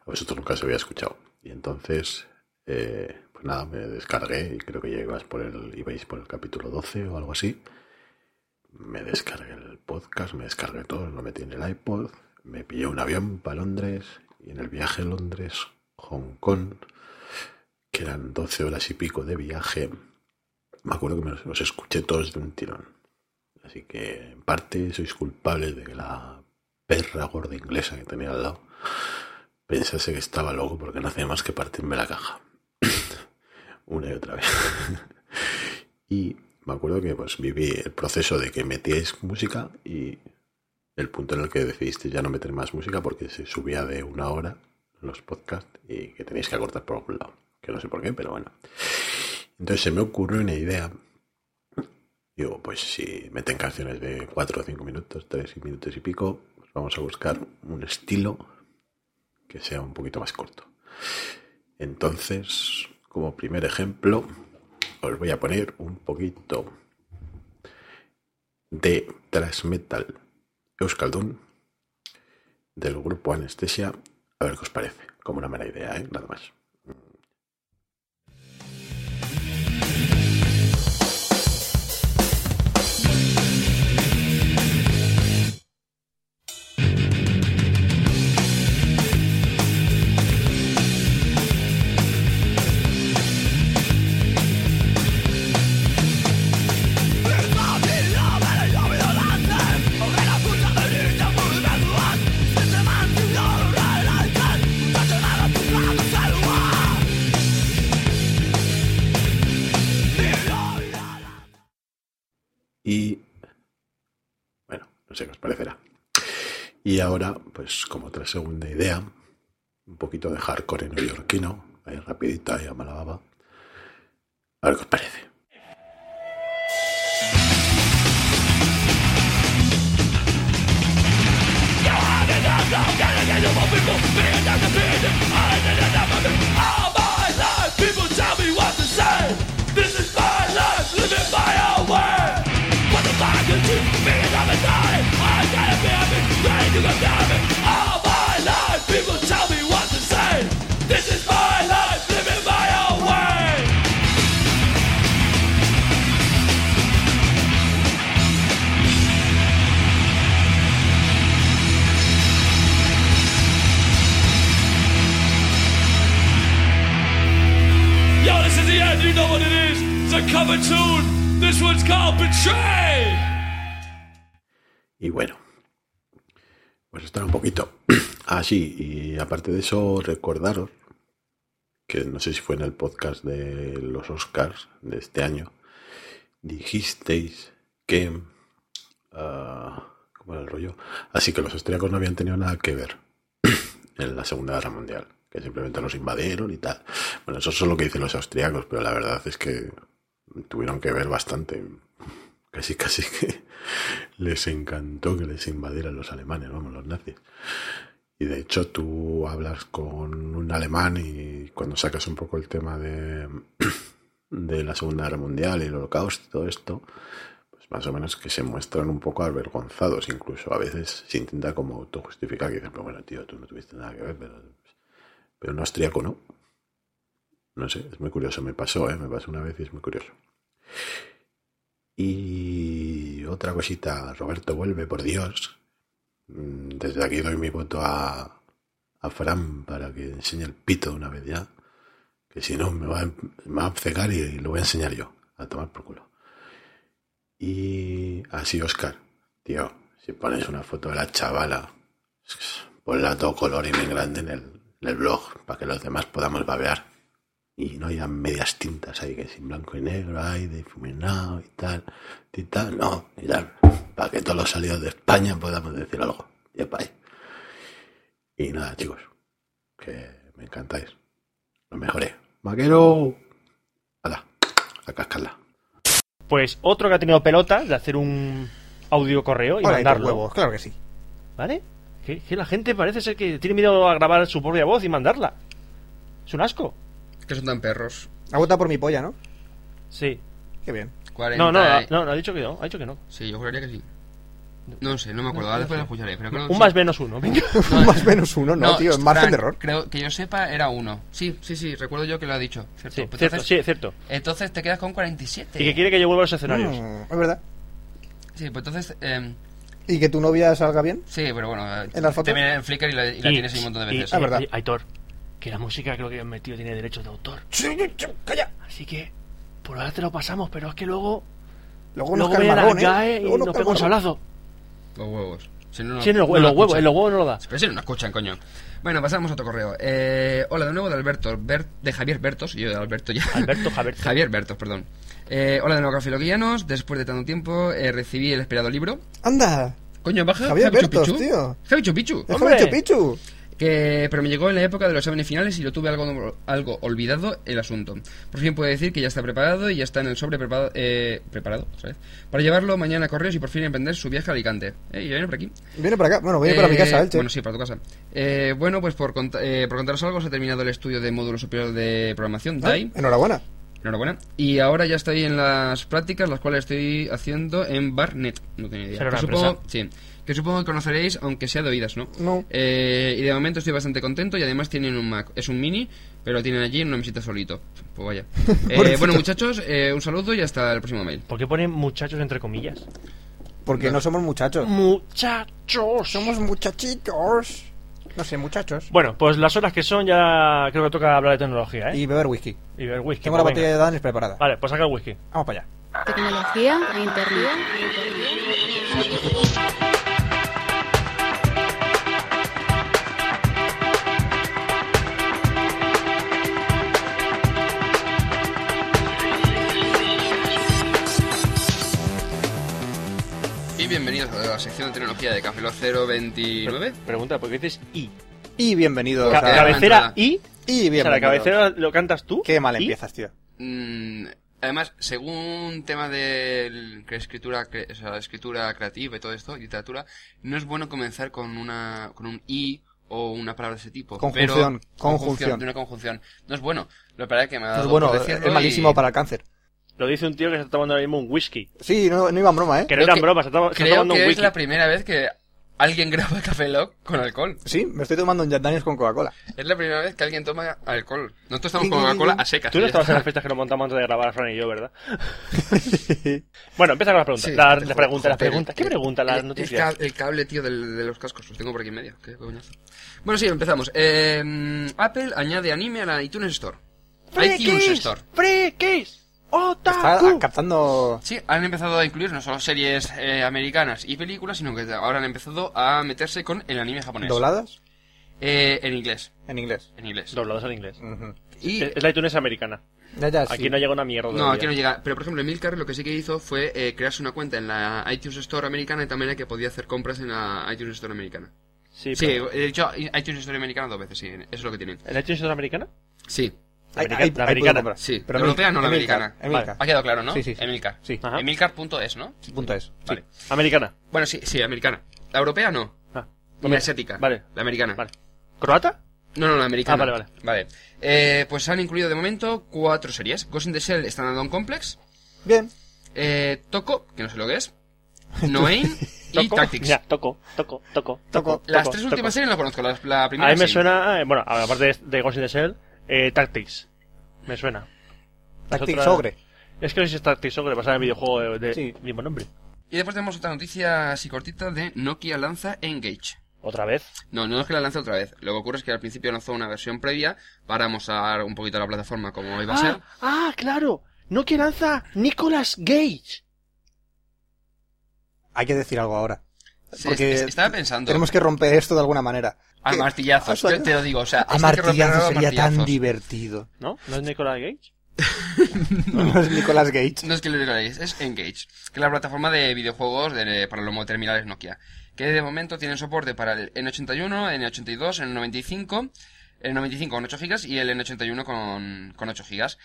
a vosotros nunca os había escuchado. Y entonces, eh, pues nada, me descargué y creo que ya ibas por el, ibais por el capítulo 12 o algo así me descargué el podcast, me descargué todo, lo metí en el iPod, me pillé un avión para Londres y en el viaje a Londres, Hong Kong, que eran 12 horas y pico de viaje, me acuerdo que me los, los escuché todos de un tirón. Eh, Así que en parte sois culpables de que la perra gorda inglesa que tenía al lado pensase que estaba loco porque no hacía más que partirme la caja. Una y otra vez. y me acuerdo que pues viví el proceso de que metíais música y el punto en el que decidiste ya no meter más música porque se subía de una hora los podcasts y que tenéis que acortar por algún lado. Que no sé por qué, pero bueno. Entonces se me ocurrió una idea. Digo, pues si meten canciones de 4 o 5 minutos, 3 minutos y pico, pues vamos a buscar un estilo que sea un poquito más corto. Entonces, como primer ejemplo, os voy a poner un poquito de thrash metal Euskaldun del grupo Anestesia. A ver qué os parece, como una mala idea, ¿eh? nada más. Y bueno, no sé qué os parecerá. Y ahora, pues como otra segunda idea, un poquito de hardcore neoyorquino, ahí rapidita, ahí a mala baba. A ver qué os parece.
Yo, this is the end, you know what it is. It's a cover tune. This one's called Betrayed.
Y bueno, pues estar un poquito así. y aparte de eso, recordaros que no sé si fue en el podcast de los Oscars de este año, dijisteis que. ah, ¿Cómo era el rollo? Así que los austriacos no habían tenido nada que ver en la Segunda Guerra Mundial, que simplemente los invadieron y tal. Bueno, eso es lo que dicen los austriacos, pero la verdad es que tuvieron que ver bastante. Casi, casi que les encantó que les invadieran los alemanes, vamos, los nazis. Y de hecho tú hablas con un alemán y cuando sacas un poco el tema de, de la Segunda Guerra Mundial y el holocausto y todo esto, pues más o menos que se muestran un poco avergonzados, incluso a veces se intenta como autojustificar, que dicen, pero bueno, tío, tú no tuviste nada que ver, pero, pero un austríaco no. No sé, es muy curioso, me pasó, ¿eh? me pasó una vez y es muy curioso. Y otra cosita, Roberto vuelve, por Dios. Mm, Desde aquí doy mi voto a, a Fran para que enseñe el pito de una vez ya. Que si no, me va, a- me va a cegar y lo voy a enseñar yo. A tomar por culo. Y así, Oscar. Tío, si pones una foto de la chavala, ponla a todo color y bien grande en el, en el blog para que los demás podamos babear. Y no hayan medias tintas ahí, que sin blanco y negro, hay difuminado y tal, y tal, no, y tal. Para que todos los salidos de España podamos decir algo. Yepa ahí. Y nada, chicos, que me encantáis. Los mejores. Vaquero. Hala, a cascarla.
Pues otro que ha tenido pelotas de hacer un audio correo y
Hola, y tus
mandarlo.
huevos, claro que sí.
¿Vale? Que, que la gente parece ser que tiene miedo a grabar su propia voz y mandarla. Es un asco.
Que son tan perros.
Ha votado por mi polla, ¿no?
Sí.
Qué bien.
40
No, no,
y-
no, no, ha dicho que no, ha dicho que no.
Sí, yo juraría que sí. No sé, no me acuerdo. Ahora después la escucharé. Pero creo que
Un
sí.
más menos uno, venga.
No,
Más menos uno, no, tío, es margen
Frank,
de error.
Creo que yo sepa era uno. Sí, sí, sí, recuerdo yo que lo ha dicho. Cierto.
Sí,
Pues
cierto,
entonces- Eh,
sí, cierto.
Entonces te quedas con 47.
Y que quiere que yo vuelva a los escenarios.
Mm, es verdad.
Sí, pues entonces. eh,
¿Y que tu novia salga bien?
sí, pero bueno. eh,
¿En las fotos?
Te viene en Flickr y la, y la
Y-
tienes ahí un montón de
y-
veces.
y-
Ah, verdad.
y- Aitor, que la música creo que han metido tiene derechos de autor.
Sí, sí, sí, calla.
Así que, por ahora te lo pasamos, pero es que luego
Luego nos
Luego
cae el
viene la
marrón,
GAE
¿eh?
y
Luego
nos
cae el
pega un
marrón.
sablazo.
Los huevos. Si no, no-
Sí, en los,
no
en
lo
los huevos,
escuchan.
en los huevos no lo da.
Pero si no nos escuchan, coño. Bueno, pasamos a otro correo. Eh, hola de nuevo de Alberto, Bert- de Javier Bertos, y yo de Alberto ya.
Alberto, Javier.
Javier Bertos, perdón. Eh, hola de nuevo, Cafiloguianos. Después de tanto tiempo, eh, recibí el esperado libro.
¡Anda!
Coño, baja.
Javier
Javi
Bertos,
Chupichu.
tío.
Javi Chupichu.
¡Es Javier Chupichu!
Que, pero me llegó en la época de los exámenes finales y lo tuve algo, algo olvidado el asunto. Por fin puedo decir que ya está preparado y ya está en el sobre preparado, eh, preparado otra vez, para llevarlo mañana a Correos y por fin emprender su viaje a Alicante. Eh, ¿Ya viene por aquí?
Viene para acá, bueno, viene para mi
Eh,
casa, Elche.
Bueno, sí, para tu casa. Eh, bueno, pues por, cont- eh, por contaros algo, se ha terminado el estudio de módulo superior de programación,
Ah,
DAI.
Enhorabuena.
Enhorabuena. Y ahora ya estoy en las prácticas, las cuales estoy haciendo en Barnet. No tenía idea.
Será
Que
una
supongo, sí, que supongo que conoceréis, aunque sea de oídas, ¿no?
No.
Eh, y de momento estoy bastante contento y además tienen un Mac. Es un mini, pero lo tienen allí en una mesita solito. Pues vaya. Eh,
Pobrecito.
bueno, muchachos, eh, un saludo y hasta el próximo mail.
¿Por qué ponen muchachos entre comillas?
Porque no somos muchachos.
Muchachos.
Somos muchachitos. No sé, muchachos.
Bueno, pues las horas que son ya creo que toca hablar de tecnología, ¿eh?
Y beber whisky.
Y, ver whisky.
Tengo la
pues
botella
venga.
de Danes preparada.
Vale, pues saca el whisky.
Vamos para allá.
Tecnología e internet.
Y bienvenidos a la sección de tecnología de Café Lock 029.
Pregunta, ¿por qué dices I?
Y bienvenidos
Ca-
sea,
a...
cabecera
entrada.
I.
Y
O sea, la
bienvenidos.
cabecera lo cantas tú.
Qué mal
I.
empiezas, tío.
Mm, además, según tema de escritura, cre- o sea, escritura creativa y todo esto, literatura, no es bueno comenzar con una con un i o una palabra de ese tipo. pero-
Conjunción, conjunción.
de una conjunción. No es bueno. Lo verdad es que me ha
Pues
dado
bueno,
por
es
eh,
decirlo
malísimo
y-
para el cáncer.
Lo dice un tío que se está tomando ahora mismo un whisky.
Sí, no, no iba en broma, ¿eh?
Que no
Creo
eran
que-
bromas, se está, se está
Creo
tomando un
que es
whisky.
la primera vez que alguien graba Café Lock con alcohol.
Sí, me estoy tomando un Jack Daniels con Coca-Cola.
Es la primera vez que alguien toma alcohol. Nosotros estamos
Sí,
con
sí, sí,
Coca-Cola
sí.
a secas.
Tú no
y ya
estabas en las
está.
fiestas que nos montamos antes de grabar Fran y yo, ¿verdad? bueno, empieza con las preguntas.
Sí,
las,
joder,
las preguntas, las
joder,
preguntas.
el-
¿Qué pregunta las
el-
noticias?
El, ca- el cable, tío, del- de los cascos. Los tengo por aquí en medio. Qué coñazo. Bueno, sí, empezamos. Eh, Apple añade anime a la iTunes Store. iTunes Store.
¡Frikis!
Está
¡Otaku!
Ah, captando...
Sí, han empezado a incluir no solo series eh, americanas y películas, sino que ahora han empezado a meterse con el anime japonés.
¿Dobladas?
Eh, en inglés.
En inglés.
En inglés.
Doblados en inglés.
Ujú.
Y
Es es la iTunes americana.
Ya, ya, sí.
Aquí no llega una mierda.
No,
todavía.
aquí no llega. Pero por ejemplo, Emilcar lo que sí que hizo fue eh, crearse una cuenta en la iTunes Store americana y también la que podía hacer compras en la iTunes Store americana.
Sí,
Sí,
pero-
he dicho iTunes Store americana dos veces, sí, eso es lo que tienen.
¿En la iTunes Store americana?
Sí,
La
Ahí-
america-
ahí-
la
ahí puedo
americana.
comprar.
sí.
Pero
la europea no la
Emilcar,
americana.
Emilcar.
Ha quedado claro, ¿no?
Sí, sí, sí.
Emilcar. Ah,
Sí.
Ajá.
Emilcar.es, ¿no?
Punto es.
Vale.
Americana.
Bueno, sí, sí, americana. La europea no.
Ah,
Y la asiática.
Vale.
La americana.
Vale. ¿Croata?
No, no, la americana.
Ah, vale, vale.
Vale. Eh, pues han incluido de momento cuatro series. Ghost in the Shell Standalone Complex,
Bien.
eh, Toco, que no sé lo que es, Noain y
Toco.
Tactics.
Mira, toco, toco, toco, toco.
Las
toco,
tres
toco.
últimas series no conozco, las- la primera
A mí me
sí.
suena, eh, bueno, a- aparte de, de Ghost in the Shell, eh, Tactics. Me suena.
Tactics
otra-
Ogre.
Es que no sé si es Tactics Ogre, basada en el videojuego de, de
Sí.
mismo nombre.
Y después tenemos otra noticia así cortita de Nokia lanza Engage.
Otra vez.
No, no es que la lance otra vez. Lo que ocurre es que al principio lanzó una versión previa para mostrar un poquito la plataforma como iba a ser.
ah, claro. No que lanza Nicolas Gage.
Hay que decir algo ahora.
Sí,
Porque
es- estaba pensando
Tenemos que romper esto de alguna manera.
a
que-
martillazos,
Ah,
yo te lo digo, o sea, esto
A
hay que romperlo
martillazos
a
sería tan
martillazos.
divertido.
¿No? ¿No es Nicolas Gage?
No es Nicolas Gage.
No es que lo digáis, es Engage, que es la plataforma de videojuegos de- para los terminales Nokia, que de momento tiene soporte para el N81, N82, el 95, el 95 con 8 GB y el N81 con, con 8 GB.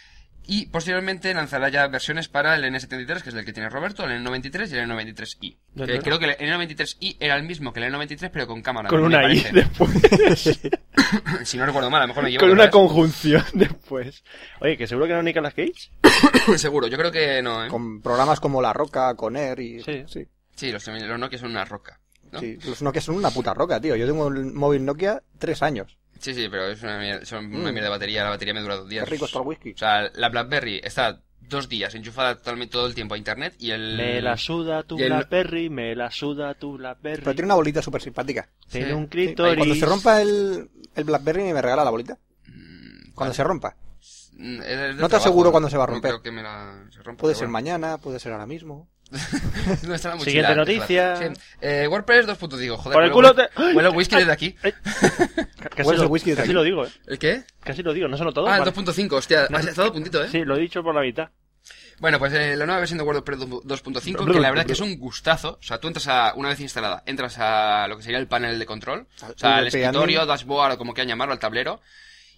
Y posteriormente lanzará ya versiones para el N73, que es el que tiene Roberto, el N93 y el N93i.
¿De
Que
acuerdo?
creo que el N93i era el mismo que el N93, pero con cámara.
con
me
una I
parece.
después.
si no recuerdo mal, a lo mejor me ¿eh? llevo.
con una conjunción después. Oye, que seguro que no es Nicolas Cage.
Seguro, yo creo que no, ¿eh?
Con programas como La Roca, con Air y...
Sí.
sí.
Sí, los, los Nokia son una roca. ¿no?
Sí, los Nokia son una puta roca, tío. Yo tengo un móvil Nokia tres años.
Sí, sí, pero es una mierda, son una mierda de batería. La batería me dura dos días.
Mm. Qué rico está el whisky.
O sea, la BlackBerry está dos días enchufada totalmente todo el tiempo a internet y el.
Me la suda tu
y el-
Blackberry, me la suda tu Blackberry.
Pero tiene una bolita súper simpática.
Tiene
Sí.
un
Sí,
clítoris.
Cuando se rompa el, el Blackberry me regala la bolita. Cuando se rompa.
Mm, es de
No te
trabajo,
aseguro cuándo se va a
no
romper.
creo que me la se rompa,
Puede
pero
ser
bueno.
mañana, puede ser ahora mismo.
No está la mochila,
Siguiente
es
noticia.
verdad. Sí. Eh, WordPress 2.0, joder.
Por el
huele-
culo te- ¡Ay!
Huele a whisky desde aquí.
Casi,
Huele
lo,
a whisky desde
casi
aquí.
lo digo, ¿eh?
¿El qué?
Casi lo digo, no se ha notado.
Ah, el
Vale.
2.5, hostia, has estado a puntito, ¿eh?
Sí, lo he dicho por la mitad.
Bueno, pues eh, la nueva versión de WordPress 2.5, que la verdad es que es un gustazo. O sea, tú entras a, una vez instalada, entras a lo que sería el panel de control, o sea, al
pegando-
escritorio, dashboard o como quieran llamarlo, al tablero,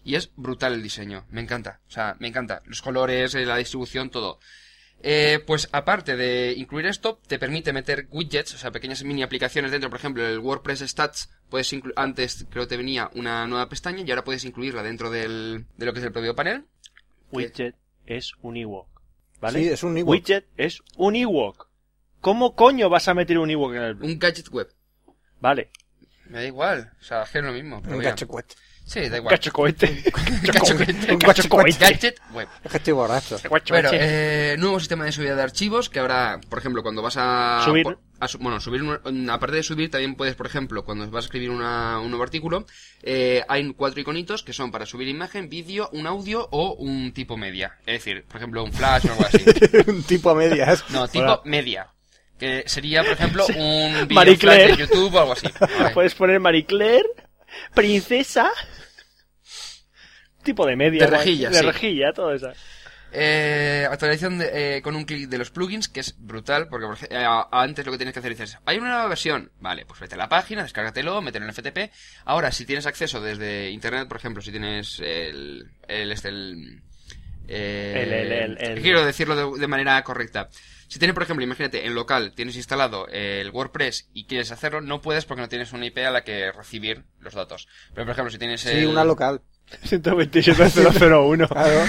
y es brutal el diseño. Me encanta, o sea, me encanta. Los colores, eh, la distribución, todo. Eh, pues aparte de incluir esto, te permite meter widgets, o sea, pequeñas mini aplicaciones dentro. Por ejemplo, el WordPress Stats, puedes inclu- antes creo que te venía una nueva pestaña y ahora puedes incluirla dentro del, de lo que es el propio panel.
Widget es un Ewok. ¿Vale?
Sí, es un Ewok.
Widget es un Ewok. ¿Cómo coño vas a meter un Ewok en el
Un gadget web.
Vale.
Me da igual, o sea, es que es lo mismo. pero
Un
mira.
cachocuete.
Sí, da igual.
Cachocohete.
Cachocohete.
Un cachocohete.
Gadget web.
Es que estoy borracho.
Bueno, eh, nuevo sistema de subida de archivos que ahora, por ejemplo, cuando vas a...
Subir.
por- a su- bueno, subir, una- aparte de subir, también puedes, por ejemplo, cuando vas a escribir una- un nuevo artículo, eh, hay cuatro iconitos que son para subir imagen, vídeo, un audio o un tipo media. Es decir, por ejemplo, un flash o algo así.
un tipo a medias.
No, tipo
Hola.
media. Que sería, por ejemplo, un
Marie
vídeo flash de
Claire.
YouTube o algo así. Vale.
Puedes poner Marie Claire, princesa, tipo de media.
De
guay.
rejilla,
De
sí.
rejilla, todo eso.
Eh, actualización de- eh, con un clic de los plugins, que es brutal, porque por ej- eh, a- antes lo que tenías que hacer es, hay una nueva versión, vale, pues vete a la página, descárgatelo, mételo en FTP. Ahora, si tienes acceso desde Internet, por ejemplo, si tienes el... el, este, el, eh,
El- el- el- el-
Quiero decirlo de, de manera correcta. Si tienes, por ejemplo, imagínate, en local tienes instalado el WordPress y quieres hacerlo, no puedes porque no tienes una IP a la que recibir los datos. Pero, por ejemplo, si tienes
Sí,
el-
una local.
127.001.
Claro.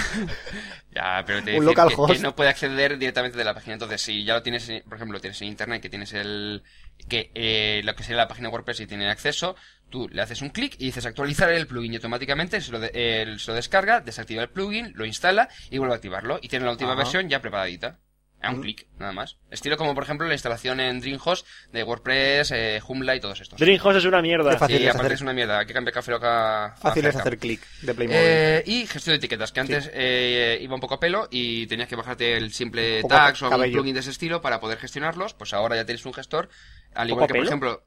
Ya, pero te decir
Un local
que,
host.
que no puede acceder directamente de la página. Entonces, si ya lo tienes, en- por ejemplo, lo tienes en internet, que tienes el que eh, lo que sería la página WordPress y tiene acceso, tú le haces un clic y dices actualizar el plugin y automáticamente se lo, de- él se lo descarga, desactiva el plugin, lo instala y vuelve a activarlo. Y tiene la última
Ajá.
versión ya preparadita. A un
Mm.
clic, nada más. Estilo como, por ejemplo, la instalación en Dreamhost de WordPress, eh, Joomla y todos estos.
Dreamhost es una mierda.
Qué fácil
Sí,
es
aparte
hacer-
es una mierda. Hay que cambiar Café Lock a-
Fácil
a
es
Faircam.
hacer clic de Playmobil.
Eh, y gestión de etiquetas, que antes eh, iba un poco a pelo y tenías que bajarte el simple
Un poco
tags o
a
algún
cabello.
plugin de ese estilo para poder gestionarlos, pues ahora ya tienes un gestor, al
¿Poco
igual
a
que por
pelo?
ejemplo,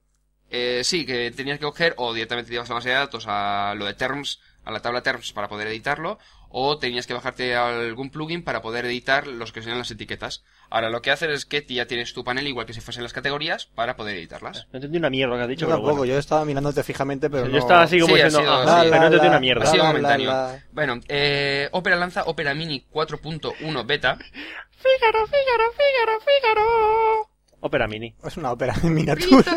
eh, sí, que tenías que coger o directamente te ibas a la base de datos a lo de terms, a la tabla terms para poder editarlo, o tenías que bajarte algún plugin para poder editar los que serían las etiquetas. Ahora lo que haces es que ya tienes tu panel igual que si fuesen las categorías para poder editarlas.
No entendí una mierda lo que has dicho,
yo
pero
tampoco,
bueno.
yo estaba mirándote fijamente, pero
Yo
no...
estaba así como
Sí, ha
diciendo,
sido
"Ah,
así.
pero no entendí una
Ha
mierda.
sido
La, la,
momentáneo.
la.
Bueno, eh, Opera lanza Opera Mini 4.1 beta.
Fígaro, Fígaro, Fígaro, Fígaro. Opera Mini.
Es una ópera en miniatura.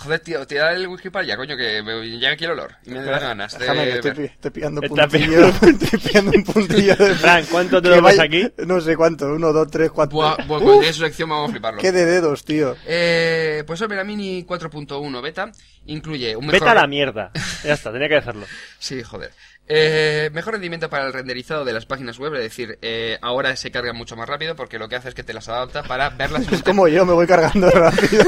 Joder, tío, te da el whisky para allá, coño, que me llega aquí el olor. Y me da ganas de
Déjame, que estoy,
ver.
pi- estoy pillando
eh, Está
puntillo. estoy pillando un puntillo de...
Fran, ¿cuánto te
Que
lo vas
vaya-
aquí?
No sé cuánto, uno, dos, tres, cuatro.
Buah, buah,
Uf,
cuando llegue su sección vamos a fliparlo.
qué de dedos, tío.
Eh, pues Opera Mini 4.1 beta incluye un mejor...
Vete a la mierda. Ya está, tenía que hacerlo.
Sí, joder. Eh, mejor rendimiento para el renderizado de las páginas web, es decir, eh, ahora se cargan mucho más rápido porque lo que hace es que te las adapta para verlas en un
Es como yo, me voy cargando rápido.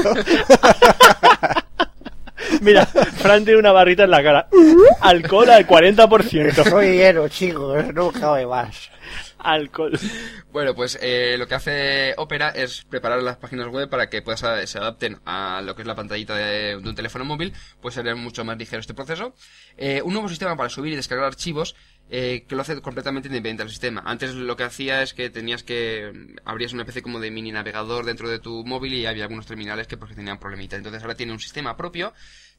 Mira, Fran tiene una barrita en la cara. Alcohol al 40%.
Soy hiero, chicos, nunca me más.
Alcohol.
Bueno, pues eh, lo que hace Opera es preparar las páginas web para que puedas, a- se adapten a lo que es la pantallita de, de un teléfono móvil, pues será mucho más ligero este proceso. Eh, un nuevo sistema para subir y descargar archivos eh, que lo hace completamente independiente al sistema. Antes lo que hacía es que tenías que mm, abrías una especie como de mini navegador dentro de tu móvil y había algunos terminales que pues, tenían problemitas. Entonces ahora tiene un sistema propio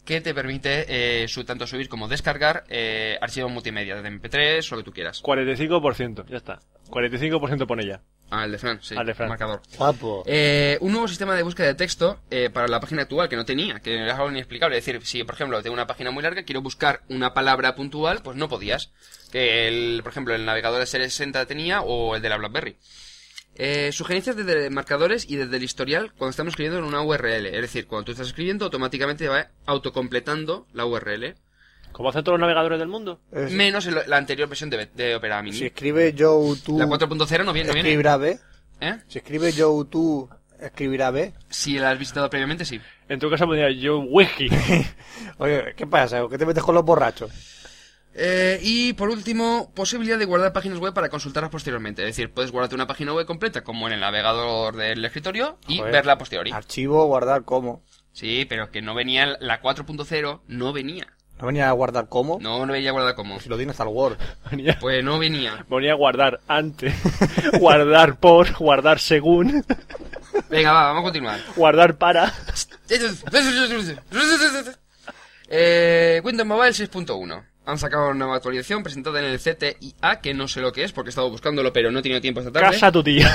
que te permite eh, su, tanto subir como descargar eh, archivos multimedia, de MP3 o lo que tú quieras.
45%, ya está. 45% pone ya.
Ah, el de Fran, sí,
Al de Fran.
marcador.
Guapo.
Eh, un nuevo sistema de búsqueda de texto eh, para la página actual que no tenía, que era algo inexplicable. Es decir, si por ejemplo tengo una página muy larga, quiero buscar una palabra puntual, pues no podías. Que el, por ejemplo, el navegador de 60 tenía o el de la BlackBerry. Eh, sugerencias desde marcadores y desde el historial cuando estamos escribiendo en una URL. Es decir, cuando tú estás escribiendo, automáticamente va autocompletando la URL.
Como hacen todos los navegadores del mundo.
Es-
Menos el- la anterior versión de, de Opera Mini.
si escribe Joe, tú...
La 4.0 no viene, no viene.
escribirá B.
¿Eh?
Si escribe Joe, tú... Escribirá B.
Si la has visitado previamente, sí.
En tu casa ponía yo whisky.
Oye, ¿qué pasa? ¿Qué te metes con los borrachos?
Eh, y por último, posibilidad de guardar páginas web para consultarlas posteriormente. Es decir, puedes guardarte una página web completa como en el navegador del escritorio y
Joder. Ah.
verla a posteriori.
Archivo, guardar como.
Sí, pero que no venía la 4.0, no venía.
¿No venía a guardar como?
No, no venía a guardar como.
Si lo tiene hasta el Word.
Pues no venía.
Ponía guardar antes, guardar por, guardar según,
Venga, va, vamos a continuar.
guardar para.
Eh, Windows Mobile 6.1. Han sacado una nueva actualización presentada en el CTIA, que no sé lo que es porque he estado buscándolo, pero no he tenido tiempo esta tarde.
Casa tu tía.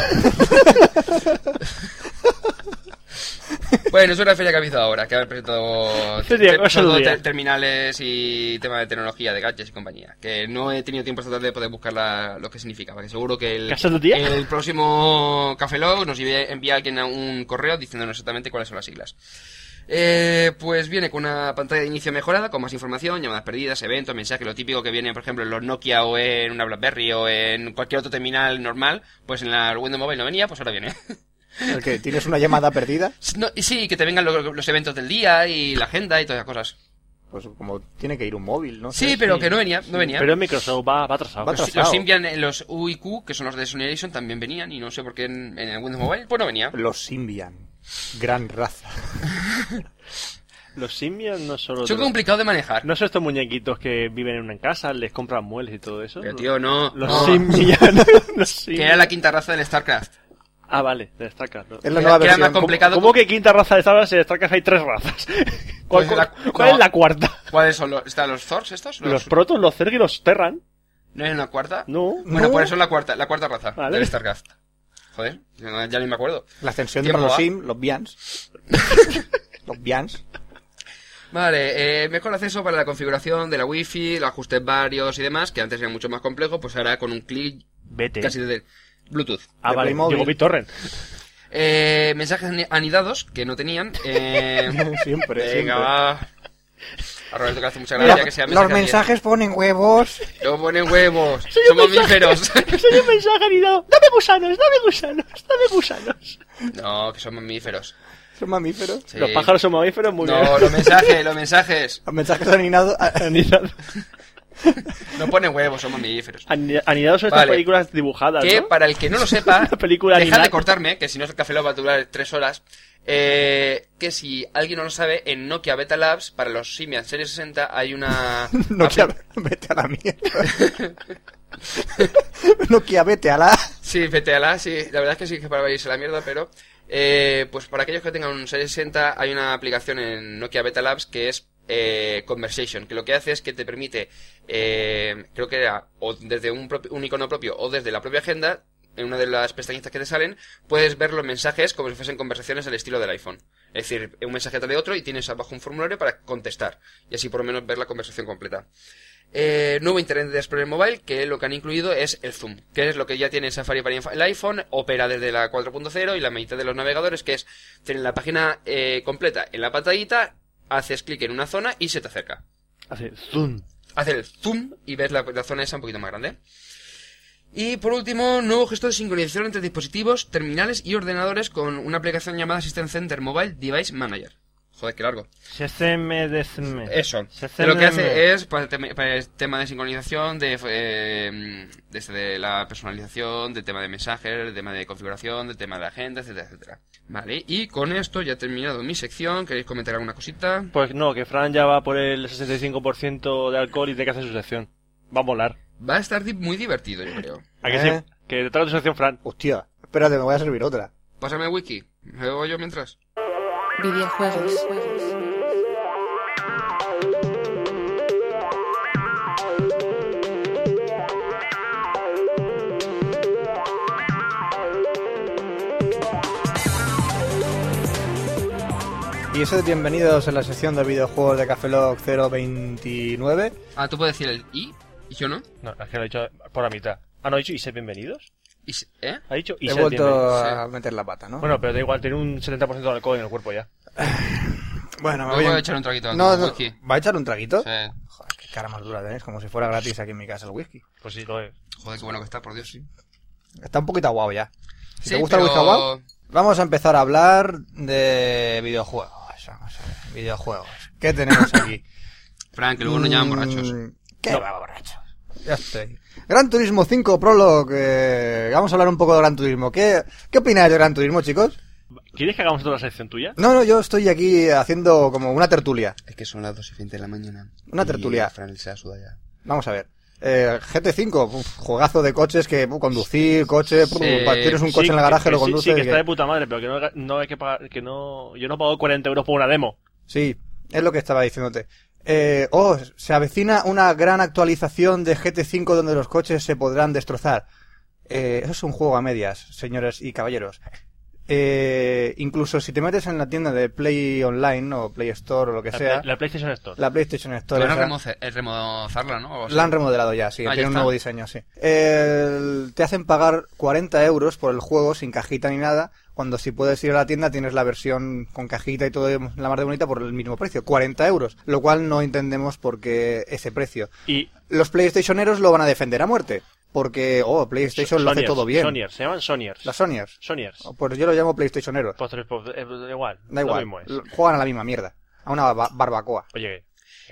Bueno, es una feria que ha habido ahora, que han presentado
Sí, tío,
ter-
cosa del
todo
día.
ter- terminales y tema de tecnología, de gadgets y compañía. Que no he tenido tiempo esta tarde de poder buscar la- lo que significaba. Que seguro que el,
¿Casa del día?
el próximo Café Log nos envía envía alguien a un correo diciéndonos exactamente cuáles son las siglas. Eh, pues viene con una pantalla de inicio mejorada, con más información, llamadas perdidas, eventos, mensajes, lo típico que viene, por ejemplo, en los Nokia o en una BlackBerry o en cualquier otro terminal normal, pues en la Windows Mobile no venía, pues ahora viene.
El que tienes una llamada perdida,
No, y sí, que te vengan lo- los eventos del día y la agenda y todas esas cosas.
pues como tiene que ir un móvil, ¿no?
Sí, pero que no venía, no venía.
Pero Microsoft va, va atrasado.
Va
Los,
atrasado.
los Symbian, eh, los UIQ, que son los de Sony Ericsson, también venían y no sé por qué en, en el Windows Mobile, pues no venía.
Los Symbian. Gran raza.
Los simios no solo.
Son complicados de manejar.
No son estos muñequitos que viven en una casa, les compran muebles y todo eso.
Pero tío, no.
Los
no.
simianos. Los simios.
Que era la quinta raza del StarCraft.
Ah, vale, de StarCraft. ¿no?
Es la
Que
nueva
era- que era
versión.
más complicado.
¿Cómo que quinta raza de StarCraft? En StarCraft hay tres razas. ¿Cuál,
Pues la-
cuál- cuál es
no.
la cuarta?
¿Cuáles son los, están los Thors estos?
Los protos, los Zerg y los Terran.
¿No es una cuarta?
No.
Bueno,
No.
por eso es la cuarta, la cuarta raza
Vale.
del StarCraft. Joder, no- ya ni me acuerdo.
La ascensión
Tiempo
para los
va.
Sim, los Bians. los Bians.
Vale, eh, mejor acceso para la configuración de la wifi, los ajustes varios y demás, que antes era mucho más complejo, pues ahora con un clic
Vete.
casi de Bluetooth.
ah,
de
vale.
Playmobil.
Digo BitTorrent.
Eh, mensajes ani- anidados que no tenían. Eh,
Siempre,
venga,
siempre.
va. A Roberto que le hace mucha gracia que sea mensaje anidado.
ponen huevos.
No ponen huevos. Somos mamíferos.
Soy un mensaje anidado. Dame gusanos, dame gusanos, dame gusanos.
no, que son mamíferos.
Son mamíferos.
Sí.
Los pájaros son mamíferos, muy
No, los
bien.
mensajes, los mensajes.
Los mensajes aninados.
Anidado-
No ponen huevos, son mamíferos.
ani- Anidados son estas
Vale.
películas dibujadas,
Que
¿no?
para el que no lo sepa,
Una película
dejad
animada.
de cortarme, que si no el café lo va a durar tres horas. eh, que si alguien no lo sabe, en Nokia Beta Labs, para los Symbian Serie 60, hay una. Ah,
Nokia, vete a la mierda. Nokia, vete a la.
Sí, Beta Labs, sí, la verdad es que sí que para irse a la mierda, pero. eh, pues para aquellos que tengan un Serie 60, hay una aplicación en Nokia Beta Labs que es. eh, Conversation, que lo que hace es que te permite, eh, creo que era o desde un, propi- un icono propio o desde la propia agenda, en una de las pestañitas que te salen, puedes ver los mensajes como si fuesen conversaciones al estilo del iPhone. Es decir, un mensaje atrás de otro y tienes abajo un formulario para contestar. Y así por lo menos ver la conversación completa. Eh, nuevo Internet Explorer Mobile, que lo que han incluido es el Zoom, que es lo que ya tiene Safari para infa- el iPhone, opera desde la 4.0 y la mitad de los navegadores, que es tener la página eh, completa en la pantallita, haces clic en una zona y se te acerca
Hace zoom.
hacer el zoom y ver la, la zona esa un poquito más grande. Y por último, nuevo gesto de sincronización entre dispositivos, terminales y ordenadores con una aplicación llamada System Center Mobile Device Manager. Joder, qué largo.
Seseme, deceme.
Eso.
Seseme,
Lo que
deceme.
hace es, para el, tem- para el tema de sincronización, de, eh, desde de la personalización, del tema de mensajes, del tema de configuración, del tema de agenda, etcétera, etcétera. Vale, y con esto ya he terminado mi sección. ¿Queréis comentar alguna cosita?
Pues no, que Fran ya va por el 65% de alcohol y tiene que hacer su sección. Va a molar.
Va a estar di- muy divertido, yo creo.
¿A que
¿Eh?
sí? Que te traigo tu sección, Fran.
Hostia, espérate, me voy a servir otra.
Pásame el wiki. ¿Me veo yo mientras?
Videojuegos.
Y eso, bienvenidos a la sección de videojuegos de Café Lock 029.
Ah, tú puedes decir el I y yo no.
No, es que lo he dicho por la mitad. Ah, no, ha dicho y sed bienvenidos.
Y se- ¿Eh?
Ha dicho y
He
sed bienvenidos.
vuelto a
Sí.
meter la pata, ¿no?
Bueno, pero da igual, tiene un 70% de alcohol en el cuerpo ya.
Bueno,
Me voy a echar un traguito
Ah, No,
al
no,
whisky.
¿Va a echar un traguito?
Eh,
Joder, qué cara más dura tenés, como si fuera gratis aquí en mi casa el whisky.
Pues sí, lo es.
Joder, qué bueno que está, por Dios, sí.
Está un poquito aguado ya.
Sí,
Si te gusta el whisky
pero-
aguado, vamos a empezar a hablar de videojuegos. Vamos a ver, videojuegos. ¿Qué tenemos aquí?
Frank, que luego nos llaman
Mm,
borrachos.
¿Qué va, borracho? Ya estoy. Gran Turismo 5 Prologue. eh, vamos a hablar un poco de Gran Turismo. ¿Qué, ¿Qué opináis de Gran Turismo, chicos?
¿Quieres que hagamos otra sección tuya?
No, no, yo estoy aquí haciendo como una tertulia.
Es que son las 2 y 20 de la mañana.
Una tertulia.
Y Fran se ha sudado ya.
Vamos a ver. Eh, GT5, uf, juegazo de coches que pu, conducir, coche, pu, tienes un
Sí,
coche en el garaje,
que
lo
sí,
conduces.
Sí, que
y
está
que-
de puta madre, pero que no, no hay que pagar. Que no, yo no pago 40 euros por una demo.
Sí, es lo que estaba diciéndote. Eh, oh, se avecina una gran actualización de GT5 donde los coches se podrán destrozar. Eh, eso es un juego a medias, señores y caballeros. Eh, incluso si te metes en la tienda de Play Online o Play Store o lo que
La,
sea,
Play- la PlayStation Store.
la PlayStation Store.
Todavía no
esa-
remoce- eh, remozarla, ¿no? O sea-
la han remodelado ya, sí,
Ah, ya
tiene un
está.
nuevo diseño, sí. El- te hacen pagar 40 euros por el juego sin cajita ni nada, cuando si puedes ir a la tienda tienes la versión con cajita y todo la más de bonita por el mismo precio, 40 euros, lo cual no entendemos por qué ese precio.
Y
Los PlayStationeros lo van a defender a muerte, porque, oh, PlayStation lo hace
Sonyers,
todo bien.
Sonyers, se llaman Sonyers.
Las Sonyers.
Sonyers.
Pues yo lo llamo PlayStationeros.
Pues, tres, pues, eh, da igual.
Da
lo
igual,
mismo es.
lo- juegan a la misma mierda, a una ba- barbacoa.
Oye,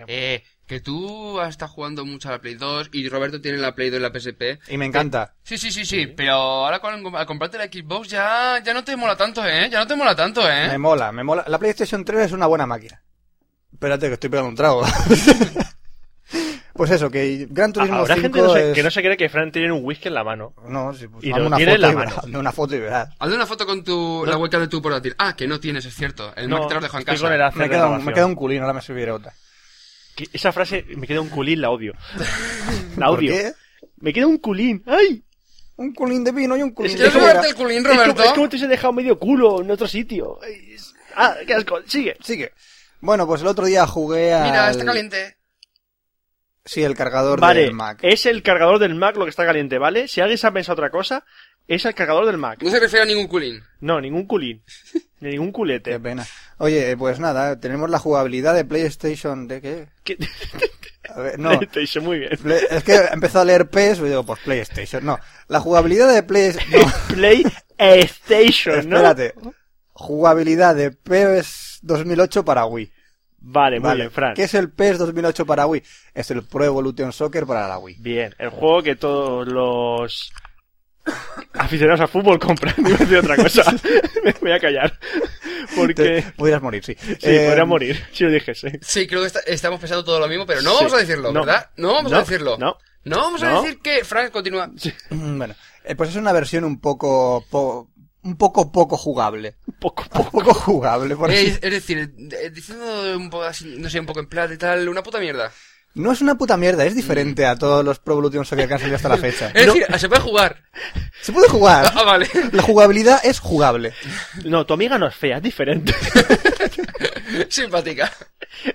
Eh, que tú estás jugando mucho a la Play 2 y Roberto tiene la Play 2 y la PSP.
Y me encanta.
Sí, sí, sí, sí, pero ahora con, al comprarte la Xbox ya, ya no te mola tanto, ¿eh? Ya no te mola tanto, ¿eh?
Me mola, me mola. La PlayStation 3 es una buena máquina. Espérate, que estoy pegando un trago. pues eso, que Gran Turismo
habrá
5
gente no se-
es-
que no se cree que Fran tiene un whisky en la mano.
No, sí, pues,
Y
hazme
lo
una
tiene
foto
en la
y
mano.
verás, hazme una foto y verás.
Haz una foto con tu, la webcam de tu portátil. Ah, que no tienes, es cierto. El
No,
Mac te lo dejo en
estoy
casa.
con el hacer
Me queda, un, me
grabación.
queda un culín, ahora me subiré otra.
Que esa frase me queda un culín, la odio. La odio.
¿Por qué?
Me queda un culín. ¡Ay!
Un culín de vino y un culín
Es-
de
es como-
fuera.
el culín,
es como-
Roberto.
Es como te hubiese dejado medio culo en otro sitio. Ay, es- Ah, qué asco. Sigue.
Sigue. Bueno, pues el otro día jugué al...
Mira, está caliente.
Sí, el cargador
Vale, este.
del Mac.
es el cargador del Mac lo que está caliente, ¿vale? Si alguien se ha pensado otra cosa, es el cargador del Mac.
No se refiere a ningún culín.
No, ningún culín. Ni ningún
Qué
culete.
pena. Oye, pues nada, tenemos la jugabilidad de PlayStation... ¿De qué?
¿Qué?
A ver, no.
PlayStation, muy bien.
Play- Es que empezó a leer PES y digo, pues PlayStation. No, la jugabilidad de PlayStation...
PlayStation, ¿no?
Espérate. Jugabilidad de E PES 2008 para Wii.
Vale, muy
Vale.
bien, Fran.
¿Qué es el E PES 2008 para Wii? Es el Pro Evolution Soccer para la Wii.
Bien, el juego que todos los aficionados a fútbol compran. Iba a decir otra cosa. Me voy a callar. Porque.
Te- em, podrías morir, sí. Eh,
Sí, podría morir si lo dijese.
Sí, creo que está- estamos pensando todo lo mismo, pero no
Sí.
vamos a decirlo,
No.
¿verdad? No vamos a
No,
decirlo.
no.
No vamos a
No.
decir que... Frank, continúa.
Bueno, eh, pues es una versión un poco... po- un poco poco jugable.
Poco, poco.
Un poco jugable, por así
Eh, es decir, eh, diciendo un poco así, no sé, un poco en plata y tal, una puta mierda.
No es una puta mierda, es diferente a todos los Pro Evolution Soccer que han salido hasta la fecha.
Eh,
Es decir, se puede jugar.
Se puede jugar.
Ah, vale.
La jugabilidad es jugable.
No, tu amiga no es fea, es diferente.
Simpática.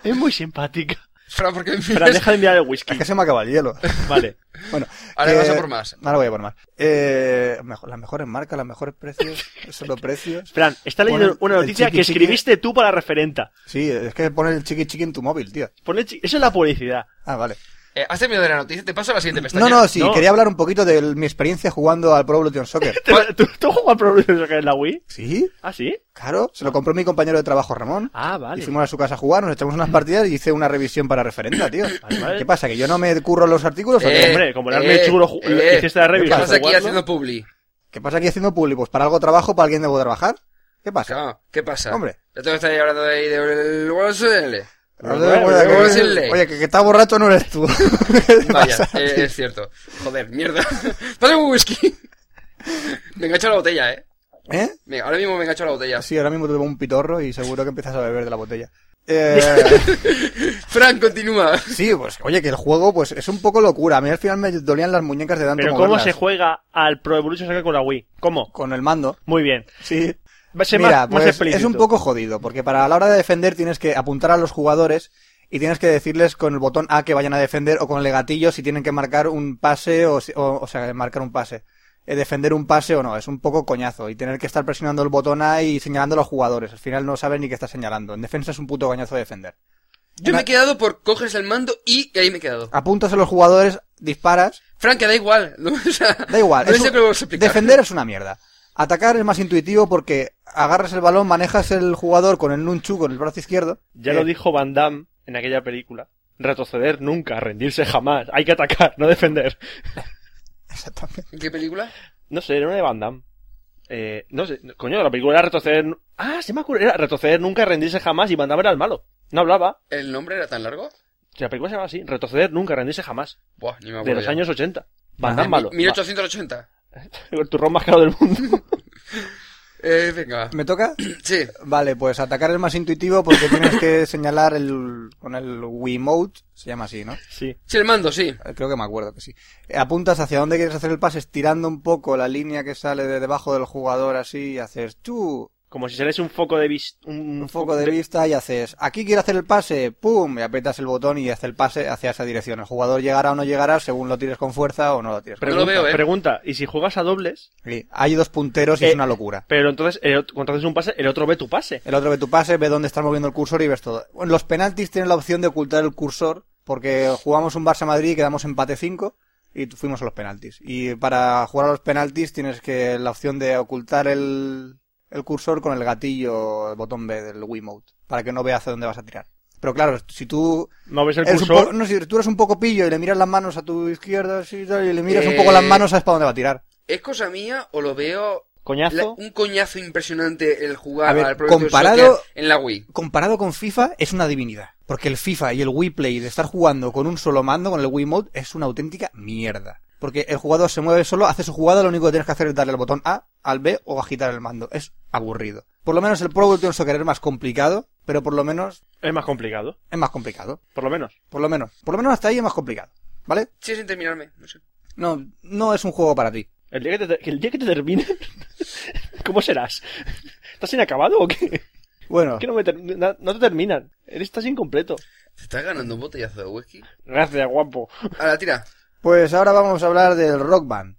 es muy simpática.
Fran, porque
Fran, deja de mirar el whisky.
Es que se me acaba el hielo.
Vale.
Bueno,
Ahora
que-
vas a por más.
Ahora voy a por más. Eh, mejor- las mejores marcas, los mejores precios, solo precios.
Fran, está leyendo
Ponen
una
el
noticia
chiqui
que
chiqui.
escribiste tú para referenta.
Sí, es que pones el chiqui chiqui en tu móvil, tío.
Ponle chi- Eso es la publicidad.
Ah, vale.
Eh, ¿Has terminado de la noticia? Te paso a la siguiente pestaña.
No, no, sí,
No.
quería hablar un poquito de mi experiencia jugando al Pro Evolution Soccer.
¿Cuál?
¿Tú, tú juegas Pro Evolution Soccer en la Wii?
¿Sí?
¿Ah, sí?
Claro, se lo compró mi compañero de trabajo Ramón.
Ah, vale.
Y fuimos a su casa a jugar, nos echamos unas partidas y hice una revisión para referenda, tío.
vale.
¿Qué pasa? ¿Que yo no me curro los artículos? o
Eh,
qué?
hombre, como el Army Chulo ju- hiciste la review
¿Qué pasa
para
aquí
jugarlo?
haciendo publi?
¿Qué pasa aquí haciendo publi? Pues para algo trabajo, para alguien debo trabajar. ¿Qué pasa?
Claro, ¿Qué pasa?
Hombre.
Ya tengo que estar ahí hablando de ahí del WSL.
Bueno,
Oye,
bueno,
que-
decirle.
Oye, que, que está borracho no eres tú. ¿Qué
Vaya,
pasa?
eh, es cierto. Joder, mierda. Dame un whisky. Me engancho a la botella, eh.
¿Eh?
Me- Ahora mismo me engancho a la botella.
Sí, ahora mismo te tomo un pitorro y seguro que empiezas a beber de la botella. Eh,
Fran, continúa.
sí, pues oye, que el juego pues es un poco locura. A mí al final me dolían las muñecas de tanto
Pero ¿cómo
moverlas.
se juega al Pro Evolution Soccer con la Wii? ¿Cómo?
Con el mando.
Muy bien.
Sí.
Va a ser
Mira,
más, más
pues
explícito.
es un poco jodido, porque para la hora de defender tienes que apuntar a los jugadores y tienes que decirles con el botón A que vayan a defender o con el gatillo si tienen que marcar un pase o, si- o, o sea, marcar un pase. Eh, defender un pase o no, es un poco coñazo. Y tener que estar presionando el botón A y señalando a los jugadores. Al final no sabes ni qué estás señalando. En defensa es un puto coñazo defender.
Yo
Una-
me he quedado por coges el mando y ahí me he quedado.
Apuntas a los jugadores, disparas,
Fran, que da igual. ¿no? O sea,
Da igual.
No
es
sé
un-
cómo lo explicar.
Ah, defender es una mierda. Atacar es más intuitivo porque agarras el balón, manejas el jugador con el nunchu, con el brazo izquierdo.
Ya
Eh,
lo dijo Van Damme en aquella película. retroceder nunca, rendirse jamás. Hay que atacar, no defender.
Exactamente.
¿Qué película?
No sé, era una de Van Damme. Eh, no sé, coño, la película era retroceder. nu- Ah, se me ocurrió. Era retroceder nunca, rendirse jamás y Van Damme era el malo. No hablaba.
¿El nombre era tan largo?
O sea, la película se llamaba así: retroceder nunca, rendirse jamás.
Buah, ni me
de
acuerdo.
los
ya.
años 80. Van
Ah,
Damme malo.
mi- 1880.
Va- El turrón más caro del mundo.
Eh, venga.
¿Me toca?
Sí.
Vale, pues atacar es más intuitivo porque tienes que señalar el, con el Wiimote, se llama así, ¿no?
Sí.
Sí, el mando, sí.
Eh, Creo que me acuerdo que sí. Eh, Apuntas hacia dónde quieres hacer el pase, estirando un poco la línea que sale de debajo del jugador así, y haces tú,
Como si saliese un foco de vis... un,
un foco de vista y haces, aquí quiero hacer el pase, pum, y aprietas el botón y hace el pase hacia esa dirección. El jugador llegará o no llegará según lo tires con fuerza o no lo tires con
Pregunta,
veo, ¿eh?
pregunta, ¿y si juegas a dobles?
fuerza. Sí, Hay dos punteros y
Eh,
es una locura.
Pero entonces, el otro- cuando haces un pase, el otro ve tu pase.
El otro ve tu pase, ve dónde estás moviendo el cursor y ves todo. Bueno, los penaltis tienen la opción de ocultar el cursor porque jugamos un Barça-Madrid y quedamos empate 5 y tu- fuimos a los penaltis. Y para jugar a los penaltis tienes que la opción de ocultar el, el cursor con el gatillo, el botón B del Wiimote, para que no veas hacia dónde vas a tirar. Pero claro, si tú
No ves el
eres un
cursor.
poco- no, si tú eres un poco pillo y le miras las manos a tu izquierda así, y tal, y le miras un poco
Eh,
las manos, sabes para dónde va a tirar.
¿Es cosa mía o lo veo
Coñazo.
la- un coñazo impresionante el jugar
A ver,
al Pro Evolution
comparado-
Soccer en la Wii?
comparado con FIFA, es una divinidad. Porque el FIFA y el Wii Play de estar jugando con un solo mando, con el Wii Mode, es una auténtica mierda. Porque el jugador se mueve solo, hace su jugada, lo único que tienes que hacer es darle el botón A, al B o agitar el mando. Es aburrido. Por lo menos el Pro Evolution Soccer es más complicado, pero por lo menos
Es más complicado,
es más complicado.
por lo menos.
Por lo menos. Por lo menos hasta ahí es más complicado. ¿Vale?
Sí, sin terminarme. No sé.
No, no es un juego para ti.
El día que te, el día que te termine, ¿cómo serás? ¿Estás inacabado o qué?
Bueno,
Que no, me ter- na- no te terminan. Eres- Estás incompleto.
¿Te estás ganando un botellazo de whisky?
Gracias, guapo.
A la tira.
pues ahora vamos a hablar del Rock Band.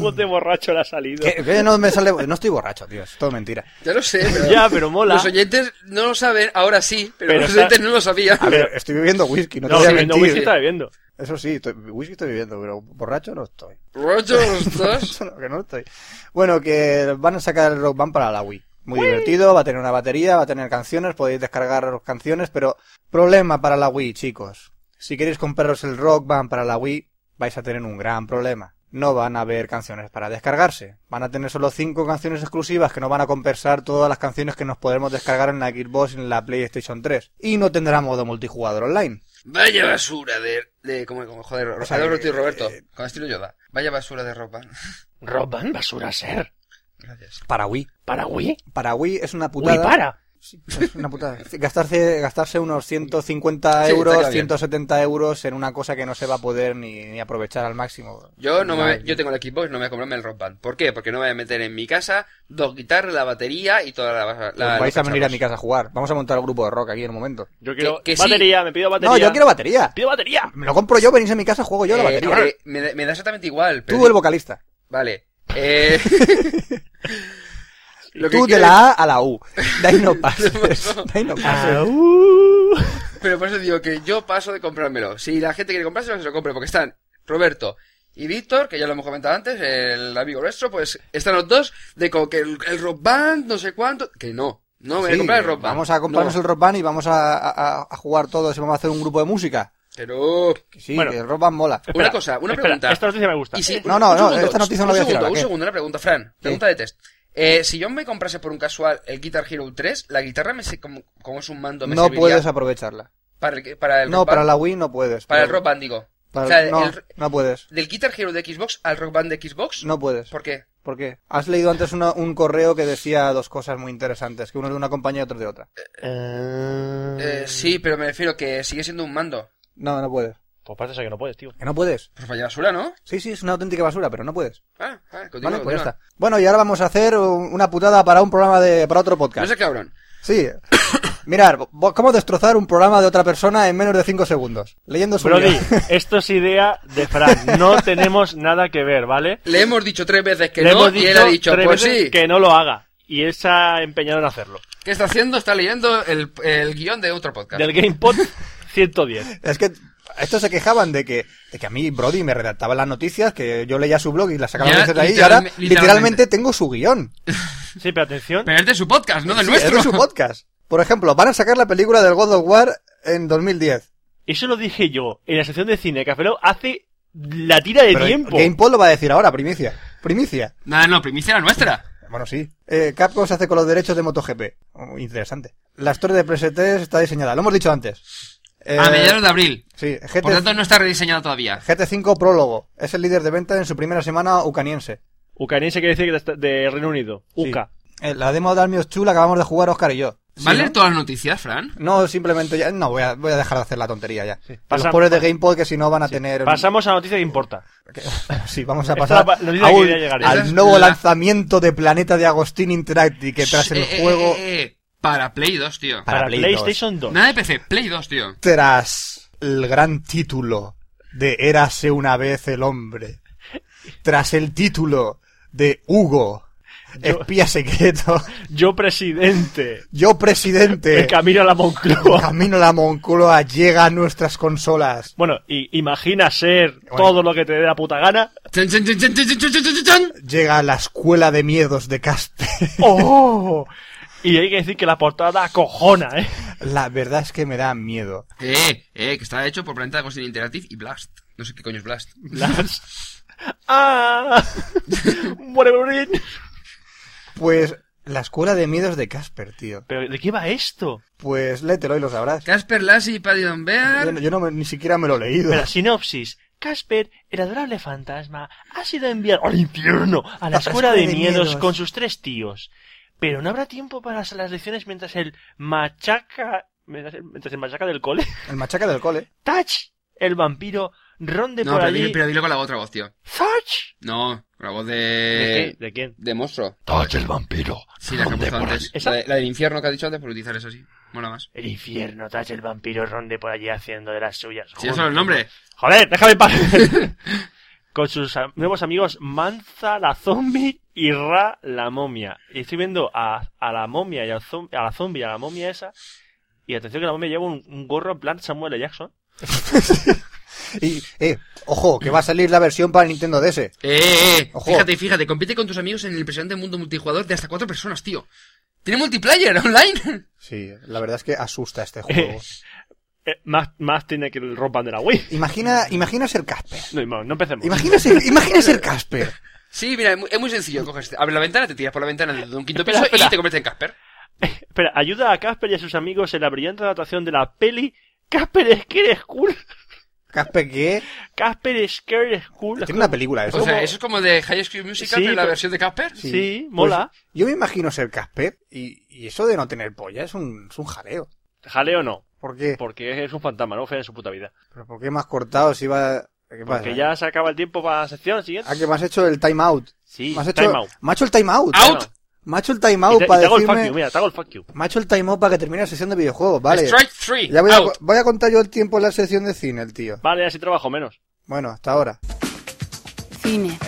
Voz de borracho la ha salido.
Que, que no me sale... No estoy borracho, tío. Es todo mentira.
Ya lo sé, pero...
Ya, pero mola.
Los oyentes no lo saben, ahora sí, pero,
Pero
los
está-
oyentes no lo sabían.
A ver, estoy bebiendo whisky, no te
No,
voy a
si viendo
mentir.
whisky está bebiendo.
Eso sí, estoy, whisky estoy bebiendo, pero borracho no estoy.
Roger los dos.
Eso no, que no estoy. Bueno, que van a sacar el Rock Band para la Wii. Muy divertido, va a tener una batería, va a tener canciones, podéis descargar canciones, pero problema para la Wii, chicos. Si queréis compraros el Rock Band para la Wii, vais a tener un gran problema. No van a haber canciones para descargarse. Van a tener solo cinco canciones exclusivas que no van a compensar todas las canciones que nos podremos descargar en la Xbox y en la PlayStation 3. Y no tendrá modo multijugador online.
Vaya basura de... de como, como, joder,
sea,
Rosario Roberto y
eh,
Roberto. Con estilo Yoda. Vaya basura de ropa.
Roban basura ser.
Gracias.
Para Wii.
¿Para Wii?
Para Wii es una putada.
Wii para.
Sí, es una putada. Gastarse, gastarse unos 150
Sí,
euros,
estaría bien.
170 euros en una cosa que no se va a poder ni, ni aprovechar al máximo.
Yo no me,
Madre.
yo tengo el Xbox, no me voy a comprarme el Rock Band. ¿Por qué? Porque no me voy a meter en mi casa dos guitarras, la batería y toda la... la-
Pues vais a
los
venir a mi
cacharros.
casa a jugar. Vamos a montar el grupo de rock aquí en un momento.
Yo quiero
que sí.
batería, me pido batería.
No, yo quiero batería.
Pido batería.
Me lo compro yo, venís a mi casa, juego yo la
Eh,
batería.
eh, me, da- me da exactamente igual. pero-
Tú el vocalista.
Vale. Eh... Lo que
Tú de
quiero-
la A a la U. De ahí no pases. De ahí no
Ah,
pases.
Au.
Pero por eso digo que yo paso de comprármelo. Si la gente quiere comprárselo, que se lo compre, porque están Roberto y Víctor, que ya lo hemos comentado antes, el amigo nuestro, pues están los dos de como que el, el rock band, no sé cuánto, que no. No me voy a
Sí, eh,
comprar el rock band.
Vamos a comprarnos
No,
el rock band y vamos a, a- a jugar todos y vamos a hacer un grupo de música.
que no.
Que sí,
Bueno.
que el rock band mola.
Espera,
cosa, una
espera,
pregunta.
Esta noticia me gusta.
Y si-
No, no,
un
no,
segundo,
esta noticia no
un
la voy a decir
segundo,
ahora,
Un
¿qué?
segundo, una pregunta, Fran. Pregunta de test. Eh, si yo me comprase por un casual el Guitar Hero 3, la guitarra me se- como, como es un mando me
No
serviría
puedes aprovecharla.
para el para el
No,
rock
para
band.
la Wii no puedes.
para el
pero-
rock band digo.
para-
o sea,
no,
el-
no puedes.
del Guitar Hero de Xbox al Rock Band de Xbox.
No puedes.
¿Por qué?
¿Por qué? Has leído antes una- un correo que decía dos cosas muy interesantes, que uno es de una compañía y otro de otra.
Eh, sí, pero me refiero que sigue siendo un mando.
No, no puedes.
Pues pasa que no puedes, tío.
¿Que no puedes?
Pues vaya basura, ¿no?
Sí, sí, es una auténtica basura, pero no puedes.
Ah, ah, continúa,
Vale, pues ya
continúa.
está. Bueno, y ahora vamos a hacer un- una putada para un programa de... para otro
No
podcast.
sé, cabrón.
Sí. Mirar, cómo destrozar un programa de otra persona en menos de 5 segundos. Leyendo su
Brody,
guión.
esto es idea de Fran. No tenemos nada que ver, ¿vale?
Le hemos dicho tres veces que
Le
no
hemos
y él ha dicho,
tres
pues
veces
sí.
que no lo haga. Y él se ha empeñado en hacerlo.
¿Qué está haciendo? Está leyendo el, el guión de otro podcast.
Del GamePod 110.
Es que estos se quejaban de que, de que a mí Brody me redactaba las noticias, que yo leía su blog y las sacaba
Ya,
veces de ahí, y
literalme-
ahora
literalmente.
literalmente tengo su guión.
Sí, pero atención.
Pero es de su podcast, no del
Sí,
nuestro.
Es de su podcast. Por ejemplo, van a sacar la película del God of War en 2010.
Eso lo dije yo en la sección de cine. Café Lock hace la tira de
Pero
tiempo.
Gamepod lo va a decir ahora, primicia. Primicia.
No, no, primicia era nuestra.
Bueno, sí. Eh, Capcom se hace con los derechos de MotoGP. Oh, interesante. La historia de PS3 está diseñada, lo hemos dicho antes. Eh,
A mediados de abril.
Sí,
Ah, Por
GT,
tanto, no está rediseñada todavía.
GT5 Prólogo. Es el líder de venta en su primera semana ucaniense.
Ucraniense quiere decir que está- de Reino Unido. UCA.
Eh, la demo de Armios Chula acabamos de jugar Oscar y yo.
¿Vas a
¿Sí,
leer todas las noticias, Fran?
no? No, simplemente ya. No, voy a, voy a dejar de hacer la tontería ya. Para
Pasa-
los pobres de GamePod que si no van a tener.
Pasamos a la noticia que importa.
Sí, vamos a
Esta
pasar
pa- noticia
a
que
un-
quería llegar ¿eh? yo. Esa es
al nuevo
la-
lanzamiento de Planeta de Agostín Interactive que tras el
Eh, eh,
juego.
eh, eh, para Play 2, tío.
Para,
Para Play
PlayStation 2.
Nada de PC, Play 2, tío.
Tras el gran título de Érase una vez el hombre. Tras el título de Hugo,
Yo-
espía secreto.
Yo, presidente.
Yo, presidente.
Me camino a la Moncloa.
Camino a la Moncloa llega a nuestras consolas.
Bueno, y imagina ser todo lo que te dé la puta gana.
Chan, chan, chan, chan, chan, chan, chan, chan, chan.
Llega a la escuela de miedos de Casper.
¡Oh! Y hay que decir que la portada cojona, ¿eh?
La verdad es que me da miedo.
Eh, eh, que está hecho por Planeta Agustín Interactive y Blast. No sé qué coño es Blast.
Las... ¡Ah! Whatever it-
Pues la escuela de miedos de Casper, tío.
¿Pero de qué va esto?
Pues léetelo y lo sabrás.
Casper Lassie y Paddy Don Bear.
Yo, no- yo no me- ni siquiera me lo he leído.
Pero sinopsis. Casper, el adorable fantasma, ha sido enviado al infierno, a la escuela de miedos con sus tres tíos. Pero no habrá tiempo para las lecciones mientras el machaca... Mientras el- mientras el machaca del cole...
El machaca del cole.
Touch, el vampiro, ronde
No,
por
pero,
allí...
dilo- pero dilo con la otra voz, tío.
Touch.
No, con la voz de. Eh,
¿De, qué? ¿De quién?
de monstruo.
Touch el vampiro.
Sí, la que hemos
Ronde
usado
por
antes.
¿Esa?
La, de- la del infierno que ha dicho antes, por utilizar eso así. Mola más.
El infierno, Touch, el vampiro, ronde por allí haciendo de las suyas.
Si eso es el nombre.
Joder, déjame en paz. Con sus am- nuevos amigos Manza, la zombie y Ra, la momia. Y estoy viendo a, a la momia y al zom- a la zombie y a la momia esa. Y atención que la momia lleva un, un gorro en plan Samuel L. Jackson.
Y, eh, ojo, que va a salir la versión para Nintendo DS.
Eh, eh, eh.
Ojo.
Fíjate, fíjate. Compite con tus amigos en el impresionante mundo multijugador de hasta cuatro personas, tío. Tiene multiplayer online.
Sí, la verdad es que asusta este juego.
Eh, más, más tiene que el ropa de la Wii.
imagina, imagina ser Casper.
No, no, no empecemos.
Imagina ser, imagina ser Casper.
Sí, mira, es muy, es muy sencillo. Coges, abres la ventana, te tiras por la ventana desde un quinto
Espera,
piso
espera.
y te conviertes en Casper.
Espera, ayuda a Casper y a sus amigos en la brillante adaptación de la peli Casper Scare School.
Casper que
Casper Scare School.
tiene una película eso.
O sea,
¿Cómo?
eso es como de High School Musical,
Sí,
pero la
pero-
versión de Casper.
Sí, mola.
Pues, yo me imagino ser Casper y, y eso de no tener polla es un, es un jaleo.
Jaleo no,
¿Por qué?
porque es un fantasma, no fea en su puta vida.
¿Pero por qué más cortado si va? ¿Qué pasa?
Porque ya se acaba el tiempo para la sección siguiente.
Ah, que me has hecho el time out.
Sí,
Me has hecho,
time out.
Me ha hecho el time out.
Out.
Me ha hecho el time
Y
out
te, y
para
te hago el fuck
decirme.
you, mira, te hago el fuck you.
Me ha hecho el time out para que termine la sesión de videojuegos, vale.
Strike 3.
Ya voy a,
out.
voy a contar yo el tiempo en la sección de cine, el tío.
Vale, así trabajo menos.
Bueno, hasta ahora.
Cine.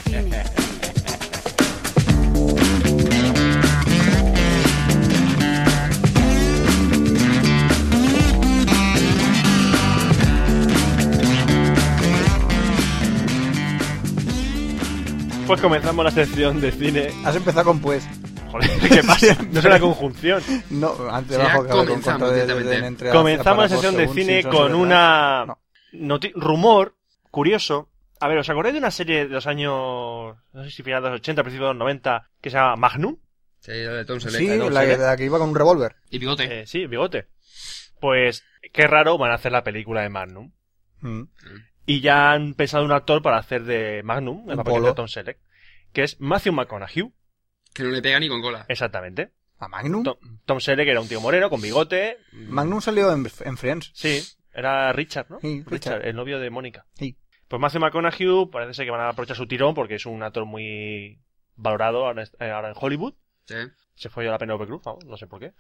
Pues comenzamos la sección de cine.
Has empezado con pues.
Joder, ¿qué pasa? No es una conjunción.
No, antes
Ya
bajo que
comenzamos
con de,
directamente.
de- de- entre
Comenzamos la
apartados,
sección de
según
cine
Simpson,
con
¿verdad?
una
No.
noti- rumor curioso. A ver, ¿os acordáis de una serie de los años, no sé si finales de los 80, principios de los 90, que se llama Magnum?
Sí, la de Tom Selleck,
Sí,
Tom
la que,
Selleck.
la que iba con un revólver.
Y bigote.
Eh, sí, bigote. Pues, qué raro van a hacer la película de Magnum.
Mm.
Y ya han pensado un actor para hacer de Magnum, el
Un
papel
polo.
de Tom Selleck, que es Matthew McConaughey.
Que no le pega ni con cola.
Exactamente.
¿A Magnum?
Tom, Tom Selleck era un tío moreno con bigote.
Magnum salió en, en Friends.
Sí, era Richard, ¿no?
Sí, Richard.
el novio de Mónica.
Sí.
Pues Matthew McConaughey parece ser que van a aprovechar su tirón porque es un actor muy valorado ahora, eh, ahora en Hollywood.
Sí.
Se fue a la Penelope Cruz, vamos, no sé por qué.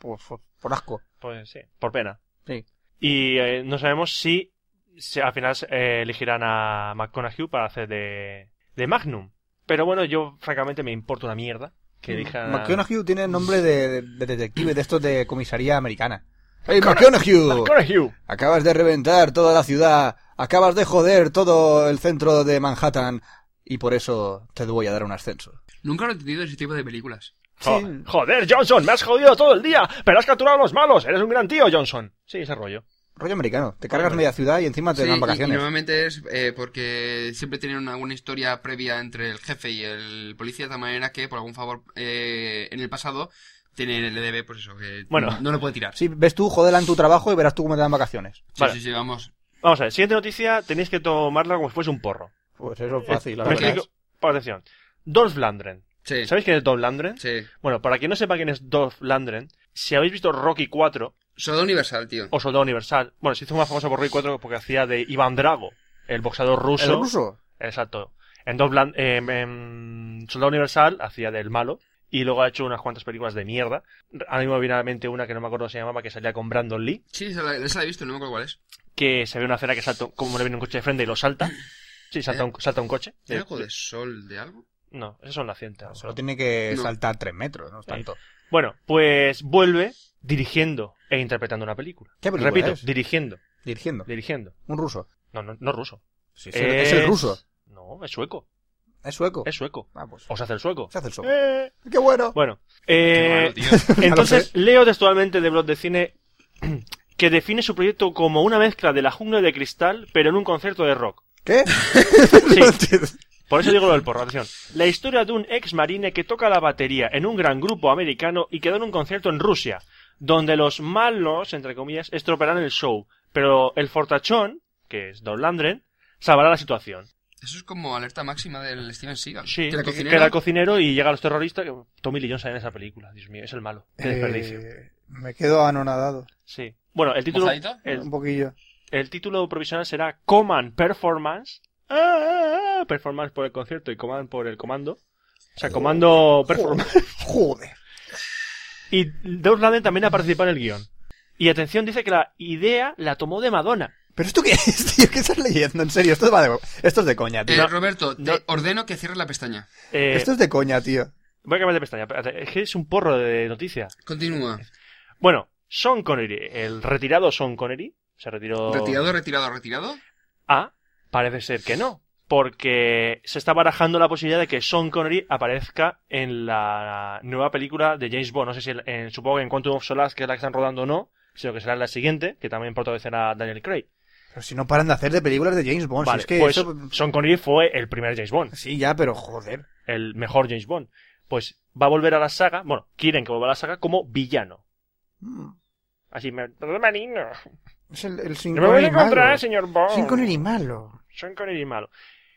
Por, por- por asco.
Pues sí, por pena.
Sí.
Y eh, no sabemos si, si al final eh, elegirán a McConaughey para hacer de, de Magnum. Pero bueno, yo francamente me importa una mierda que elijan a-
Mm, McConaughey tiene nombre de, de detective de estos de comisaría americana. ¡Hey, McConaughey!
McConaughey.
Acabas de reventar toda la ciudad. Acabas de joder todo el centro de Manhattan. Y por eso te voy a dar un ascenso.
Nunca lo he entendido ese tipo de películas.
Jo- Joder, Johnson, me has jodido todo el día, pero has capturado a los malos, eres un gran tío, Johnson. Sí, ese rollo.
rollo americano. Te cargas media ciudad y encima te
Sí,
dan
y-
vacaciones.
Y, normalmente es eh, porque siempre tienen alguna historia previa entre el jefe y el policía, de tal manera que por algún favor eh, en el pasado tiene, le debe, pues eso, que no- no lo puede tirar.
Sí, ves tú, jodelan tu trabajo y verás tú cómo te dan vacaciones.
Sí, sí, sí, vamos.
Vamos a ver, siguiente noticia, tenéis que tomarla como si fuese un porro.
Pues eso es
Eh,
fácil, la
me
verdad.
explico. Atención. Dolph Landren. ¿Sabéis quién es Dolph Landren? Bueno, para quien no sepa quién es Dolph Landren, si habéis visto Rocky 4
Soldado Universal, tío.
o Soldado Universal, bueno, se hizo más famoso por Rocky 4 porque hacía de Iván Drago, el boxeador ruso.
¿El ruso?
Exacto. En Dolph Land- em, em, Soldado Universal hacía del malo y luego ha hecho unas cuantas películas de mierda. Ahora mismo viene a la mente una que no me acuerdo cómo se llamaba, que salía con Brandon Lee
Sí, esa la, esa la he visto, no me acuerdo cuál es.
que se ve una escena que salta, como le viene un coche de frente y lo salta. Sí, salta un, salta un coche.
¿Era algo de sol, de algo?
No, eso es un accidente.
¿Eh? Ah, Solo tiene que
No.
saltar tres metros, no es tanto.
Bueno, pues vuelve dirigiendo e interpretando una película.
¿Qué película
Repito,
es?
dirigiendo.
Dirigiendo.
Dirigiendo.
Un ruso.
No, no, no ruso.
Sí, sí, es el ruso.
No, es sueco.
¿Es sueco?
Es sueco.
Ah, pues.
O se hace el sueco.
Se hace el sueco.
Eh,
¡Qué bueno!
Bueno, eh,
Qué malo, tío.
entonces
Ya
leo textualmente de Blog de Cine que define su proyecto como una mezcla de la jungla de cristal, pero en un concierto de rock.
¿Qué?
Sí. Por eso digo lo del porro, atención. La historia de un ex marine que toca la batería en un gran grupo americano y que da un concierto en Rusia, donde los malos, entre comillas, estropearán el show, pero el fortachón, que es Don Landren, salvará la situación.
Eso es como alerta máxima del Steven Seagal.
Sí,
que la cocinera-
queda el cocinero y llega los terroristas. que Tommy Lee Jones sale en esa película, Dios mío, es el malo. Qué
Eh,
desperdicio.
Me quedo anonadado.
Sí. Bueno, el título,
¿Mojadito?
el,
Un poquillo.
el título provisional será Command Performance. Ah, ah, ah, performance por el concierto y Command por el comando. O sea, comando performance.
Joder.
Y Deus Laden también ha participado en el guión. Y atención, dice que la idea la tomó de Madonna.
¿Pero esto qué es, tío? ¿Qué estás leyendo? En serio, esto, va de... esto es de coña,
Eh,
tío.
Roberto, te ordeno que cierres la pestaña.
Eh,
Esto es de coña, tío.
Voy a cambiar de pestaña. espérate, Es que es un porro de noticia.
Continúa.
Bueno, Sean Connery, el retirado Sean Connery, se retiró.
¿Retirado, retirado, retirado?
Ah, parece ser que no. Porque se está barajando la posibilidad de que Sean Connery aparezca en la nueva película de James Bond. No sé si en- en- supongo que en Quantum of Solace, que es la que están rodando o no, sino que será en la siguiente, que también protagonizará Daniel Craig.
Pero si no paran de hacer de películas de James Bond. si
Vale,
es que
pues
eso-
Sean Connery fue el primer James Bond.
Sí, ya, pero joder.
El mejor James Bond. Pues va a volver a la saga, bueno, quieren que vuelva a la saga como villano. Así me... Marino.
Mm, Es el, el
No me voy a
Connery malo.
encontrar, señor Bond.
Sin Connery malo.
Sean Connery malo.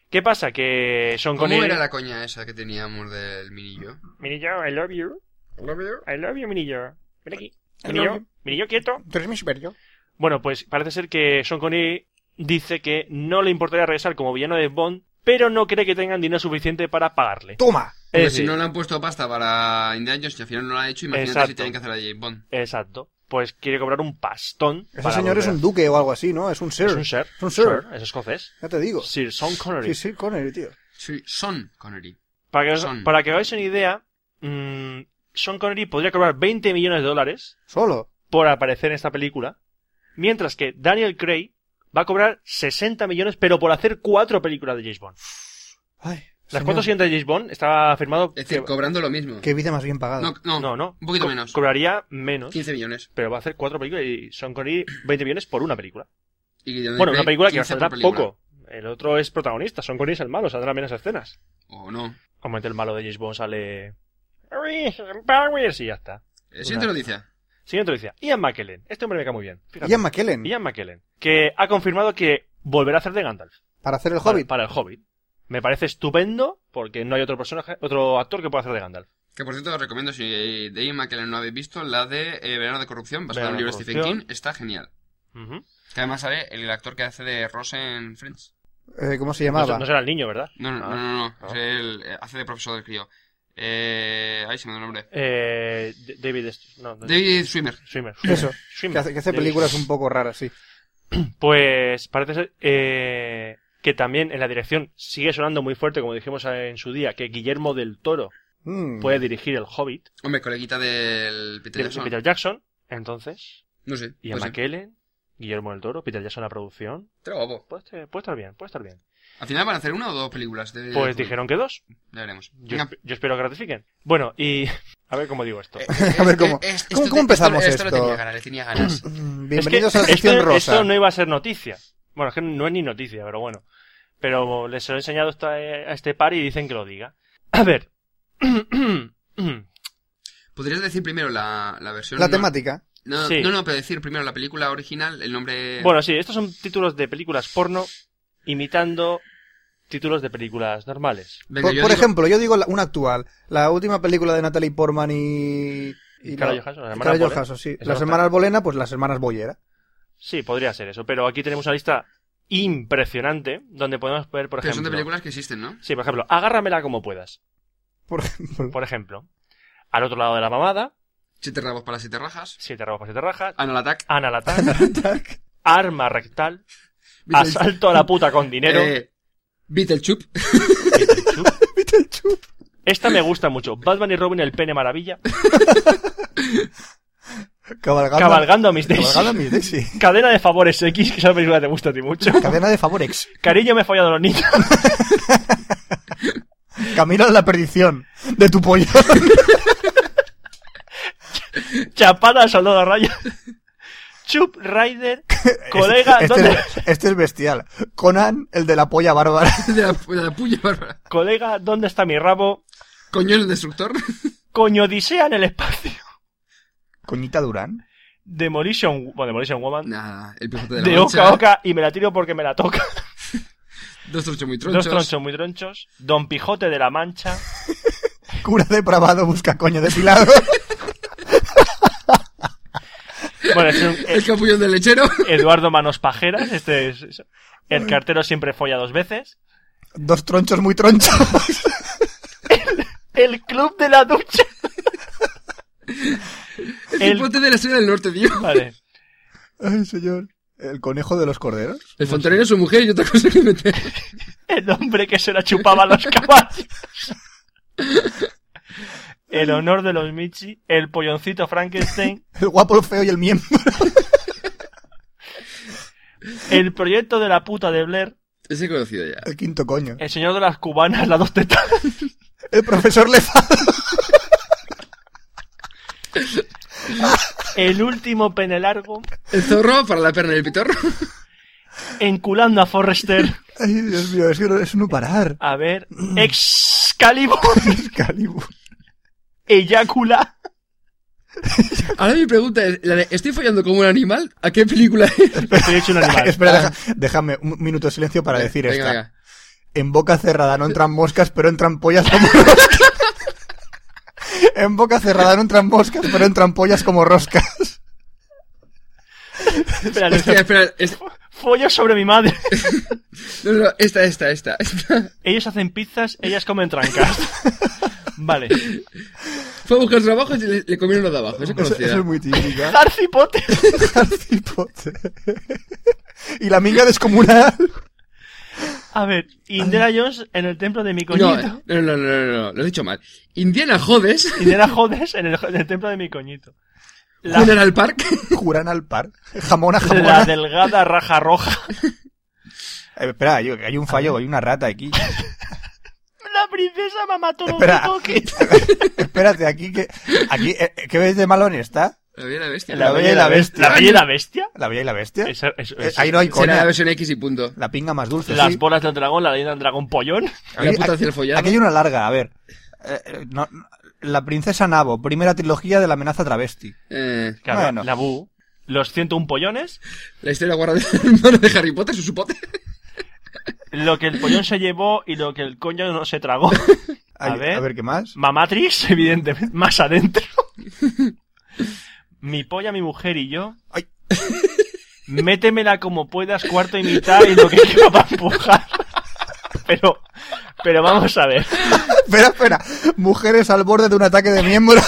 ¿Qué pasa? Que Sean
¿Cómo
Connery...
era la coña esa que teníamos del minillo?
Minillo, I love you.
I love you.
I love you, Minillo. Ven aquí.
I
Minillo,
love you.
Minillo, quieto.
Tú eres mi superior.
Bueno, pues parece ser que Sean Connery dice que no le importaría regresar como villano de Bond, pero no cree que tengan dinero suficiente para pagarle.
¡Toma!
Es
Porque
decir,
si no le han puesto pasta para Indiana Jones y al final no la han hecho, imagínate
Exacto.
si tienen que hacer a James Bond.
Exacto. Pues quiere cobrar un pastón.
Ese
para
señor es
volver
un duque o algo así, ¿no? Es un sir.
a- Es un ser.
Es un sir.
Sir, Es escocés.
Ya te digo.
Sir Sean Connery.
Sí, sí, Connery, tío.
Sí, son Connery.
Para que, os-
Son.
para que hagáis una idea, mm, Sean Connery podría cobrar 20 millones de dólares
Solo.
por aparecer en esta película, mientras que Daniel Craig va a cobrar 60 millones, pero por hacer cuatro películas de James Bond.
Ay,
Las
señor,
cuatro siguientes de James Bond estaba firmado
Es decir,
que-
cobrando lo mismo.
Qué vida más bien pagada.
No, no,
no, no,
un poquito
co-
menos.
Cobraría menos,
15 millones.
pero va a hacer cuatro películas y Sean Connery 20 millones por una película.
Y Daniel
Bueno, una
Craig,
película que va a
15
saldrá
por película.
poco. El otro es protagonista, Sean Connery es el malo, saldrán menos escenas.
O no.
Obviamente el malo de James Bond sale... Powers y ya está.
Eh, Siguiente
Una-
noticia.
Siguiente noticia. Ian McKellen. Este hombre me cae muy bien. Fíjate.
Ian
Mm.
McKellen.
Ian McKellen. Que ha confirmado que volverá a hacer de Gandalf.
Para hacer el
Para-
Hobbit.
Para, el Hobbit. Me parece estupendo porque no hay otro personaje, otro actor que pueda hacer de Gandalf.
Que por cierto os recomiendo, si de Ian McKellen no habéis visto, la de eh, Verano de Corrupción, basada en un
Verano
libro
de
de Stephen King,
Corrupción.
está genial.
Ujú.
Que además sale el actor que hace de Ross en Friends.
Eh, ¿Cómo se
no,
llamaba?
se- no será el niño, ¿verdad?
No, no,
Ah,
no, no, no.
no.
Es el- eh, hace de profesor del crío. Eh, ahí se me da el nombre.
Eh, D- David... Est- No, no-
David Swimmer.
Swimmer.
Eso.
Swimmer.
Que hace, que hace
David
películas un poco raras, sí.
Pues parece ser eh, que también en la dirección sigue sonando muy fuerte, como dijimos en su día, que Guillermo del Toro
Mm.
puede dirigir el Hobbit
Hombre, coleguita del Peter
de
Jackson.
Peter Jackson. Entonces,
No sé.
Ian
puede ser.
McKellen, Guillermo del Toro, Peter Jackson la producción. pues,
Está guapo.
Puede, estar- puede estar bien, puede estar bien.
Al final van a hacer una o dos películas. de-
Pues dijeron que dos.
Ya veremos.
Yo,
Venga.
esp- yo espero que ratifiquen. Bueno, y. A ver cómo digo esto.
A ver cómo,
es- esto
¿cómo,
te-
cómo empezamos
esto- esto
esto.
le tenía ganas, le tenía ganas.
Mm, Bienvenidos a la sección
esto,
rosa.
esto no iba a ser noticia. Bueno, es que no es ni noticia, pero bueno. Pero les he enseñado esta- a este par y dicen que lo diga. A ver.
¿Podrías decir primero la, la versión?
La
no-
temática.
No,
Sí.
no, no, pero decir primero la película original, el nombre...
Bueno, sí, estos son títulos de películas porno imitando títulos de películas normales.
Venga,
Por,
yo
por
digo-
ejemplo, yo digo la- una actual. La última película de Natalie Portman y...
Y Scarlett Johansson, las hermanas
Scarlett
Bolena.
Johansson, sí.
Esa
Las
no está.
hermanas Bolena, pues las hermanas Boyera.
Sí, podría ser eso, pero aquí tenemos una lista impresionante donde podemos ver, por
Pero son de
ejemplo...
películas que existen, ¿no?
Sí, por ejemplo, agárramela como puedas.
Por ejemplo.
Por ejemplo, al otro lado de la mamada,
Siete rabos para siete rajas.
siete rabos para siete rajas,
Anal Attack.
Anal Attack, arma rectal, asalto a la puta con dinero.
Eh, Beetlejuice.
Esta me gusta mucho. Batman y Robin, el pene maravilla.
Cabalgando,
Cabalgando a mis Daisy.
Cabalgando a Miss Daisy.
Cadena de favores X, que esa película te gusta a ti mucho.
Cadena de Favorex.
Cariño, me he follado a los niños.
Camino a la perdición de tu pollo.
Chapada al soldado a raya. Chup Rider, colega,
este,
¿dónde,
es, este es bestial. Conan, el de la polla bárbara.
De la, de la puya bárbara.
colega, ¿dónde está mi rabo?
Coño el destructor.
Coño, Odisea en el espacio.
Coñita Durán.
Demolition, bueno, Demolition Woman.
Nada, el Quijote de la
De
Mancha.
oca a oca y me la tiro porque me la toca.
Dos tronchos muy tronchos.
Dos tronchos muy tronchos. Don Pijote de la Mancha.
Cura depravado busca coño depilado.
Bueno, es un-
El capullón del lechero.
Eduardo Manos Pajeras, este es es- el cartero siempre folla dos veces.
Dos tronchos muy tronchos.
El club de la ducha.
El,
El-
cipote de la Estrella del Norte, tío.
Vale.
Ay, señor. ¿El conejo de los corderos?
El fontanero es su mujer y otra cosa que meter.
El hombre que se la chupaba a los caballos. El honor de los Michi. El polloncito Frankenstein.
El guapo, el feo y el miembro.
El proyecto de la puta de Blair.
Ese he conocido ya.
El quinto coño.
El señor de las cubanas, las dos tetas.
El profesor Lefado.
El último pene largo.
El zorro para la perna del pitorro.
Enculando a Forrester.
Ay, Dios mío, es que no es no parar.
A ver. Excalibur.
Calibur.
Eyácula.
Ahora mi pregunta es, la de, ¿estoy follando como un animal? ¿A qué película es?
Estoy hecho un animal.
Espera, deja- déjame un minuto de silencio para decir
venga,
esta.
venga.
En boca cerrada no entran moscas, pero entran pollas como roscas. en boca cerrada no entran moscas, pero entran pollas como roscas.
Espera,
Hostia, espera, es-
Follo sobre mi madre.
no, no, esta, esta, esta, esta.
Ellos hacen pizzas, ellas comen trancas. Vale.
Fue a buscar trabajo y le, le comieron los de abajo. Eso
Eso,
conocida.
eso es muy típica.
Harry Potter.
Harry Potter. y la minga descomunal.
A ver, Indira Jones en el templo de mi
no, eh.
coñito.
no, no, no, no, no, lo he dicho mal. Indiana Jodes,
Indira Jodes en el, en el templo de mi coñito. La,
Funeral Park.
Juran al par. Jamón a jamón.
la delgada raja roja.
Eh, espera, hay, hay un fallo, hay una rata aquí.
La princesa mamá todo
Espera.
toque.
Espérate, aquí que. Aquí, eh, eh, ¿Qué ves de malón está?
La bella y la bestia.
La Bella y la Bestia.
La bella y la bestia.
La bella y la bestia.
Esa- eso-
Eh,
eso-
ahí no hay
Será la
coña.
versión X y punto.
La pinga más dulce.
Las
sí.
bolas del dragón, la leyenda del dragón pollón.
La puta hacia el
aquí,
follado.
aquí hay una larga, a ver. Eh, eh, no- no- la princesa Nabo, primera trilogía de la amenaza travesti.
Eh,
Claro,
Bueno.
la bu. Los 101 pollones.
la historia guarda del hermano de Harry Potter, su supote.
Lo que el pollón se llevó y lo que el coño no se tragó. A
Ay,
ver.
¿qué más?
Mamatrix, evidentemente, más adentro. mi polla, mi mujer y yo.
Ay.
Métemela como puedas, cuarto y mitad y lo que quiera para empujar. Pero, pero vamos a ver.
espera, espera. Mujeres al borde de un ataque de miembro.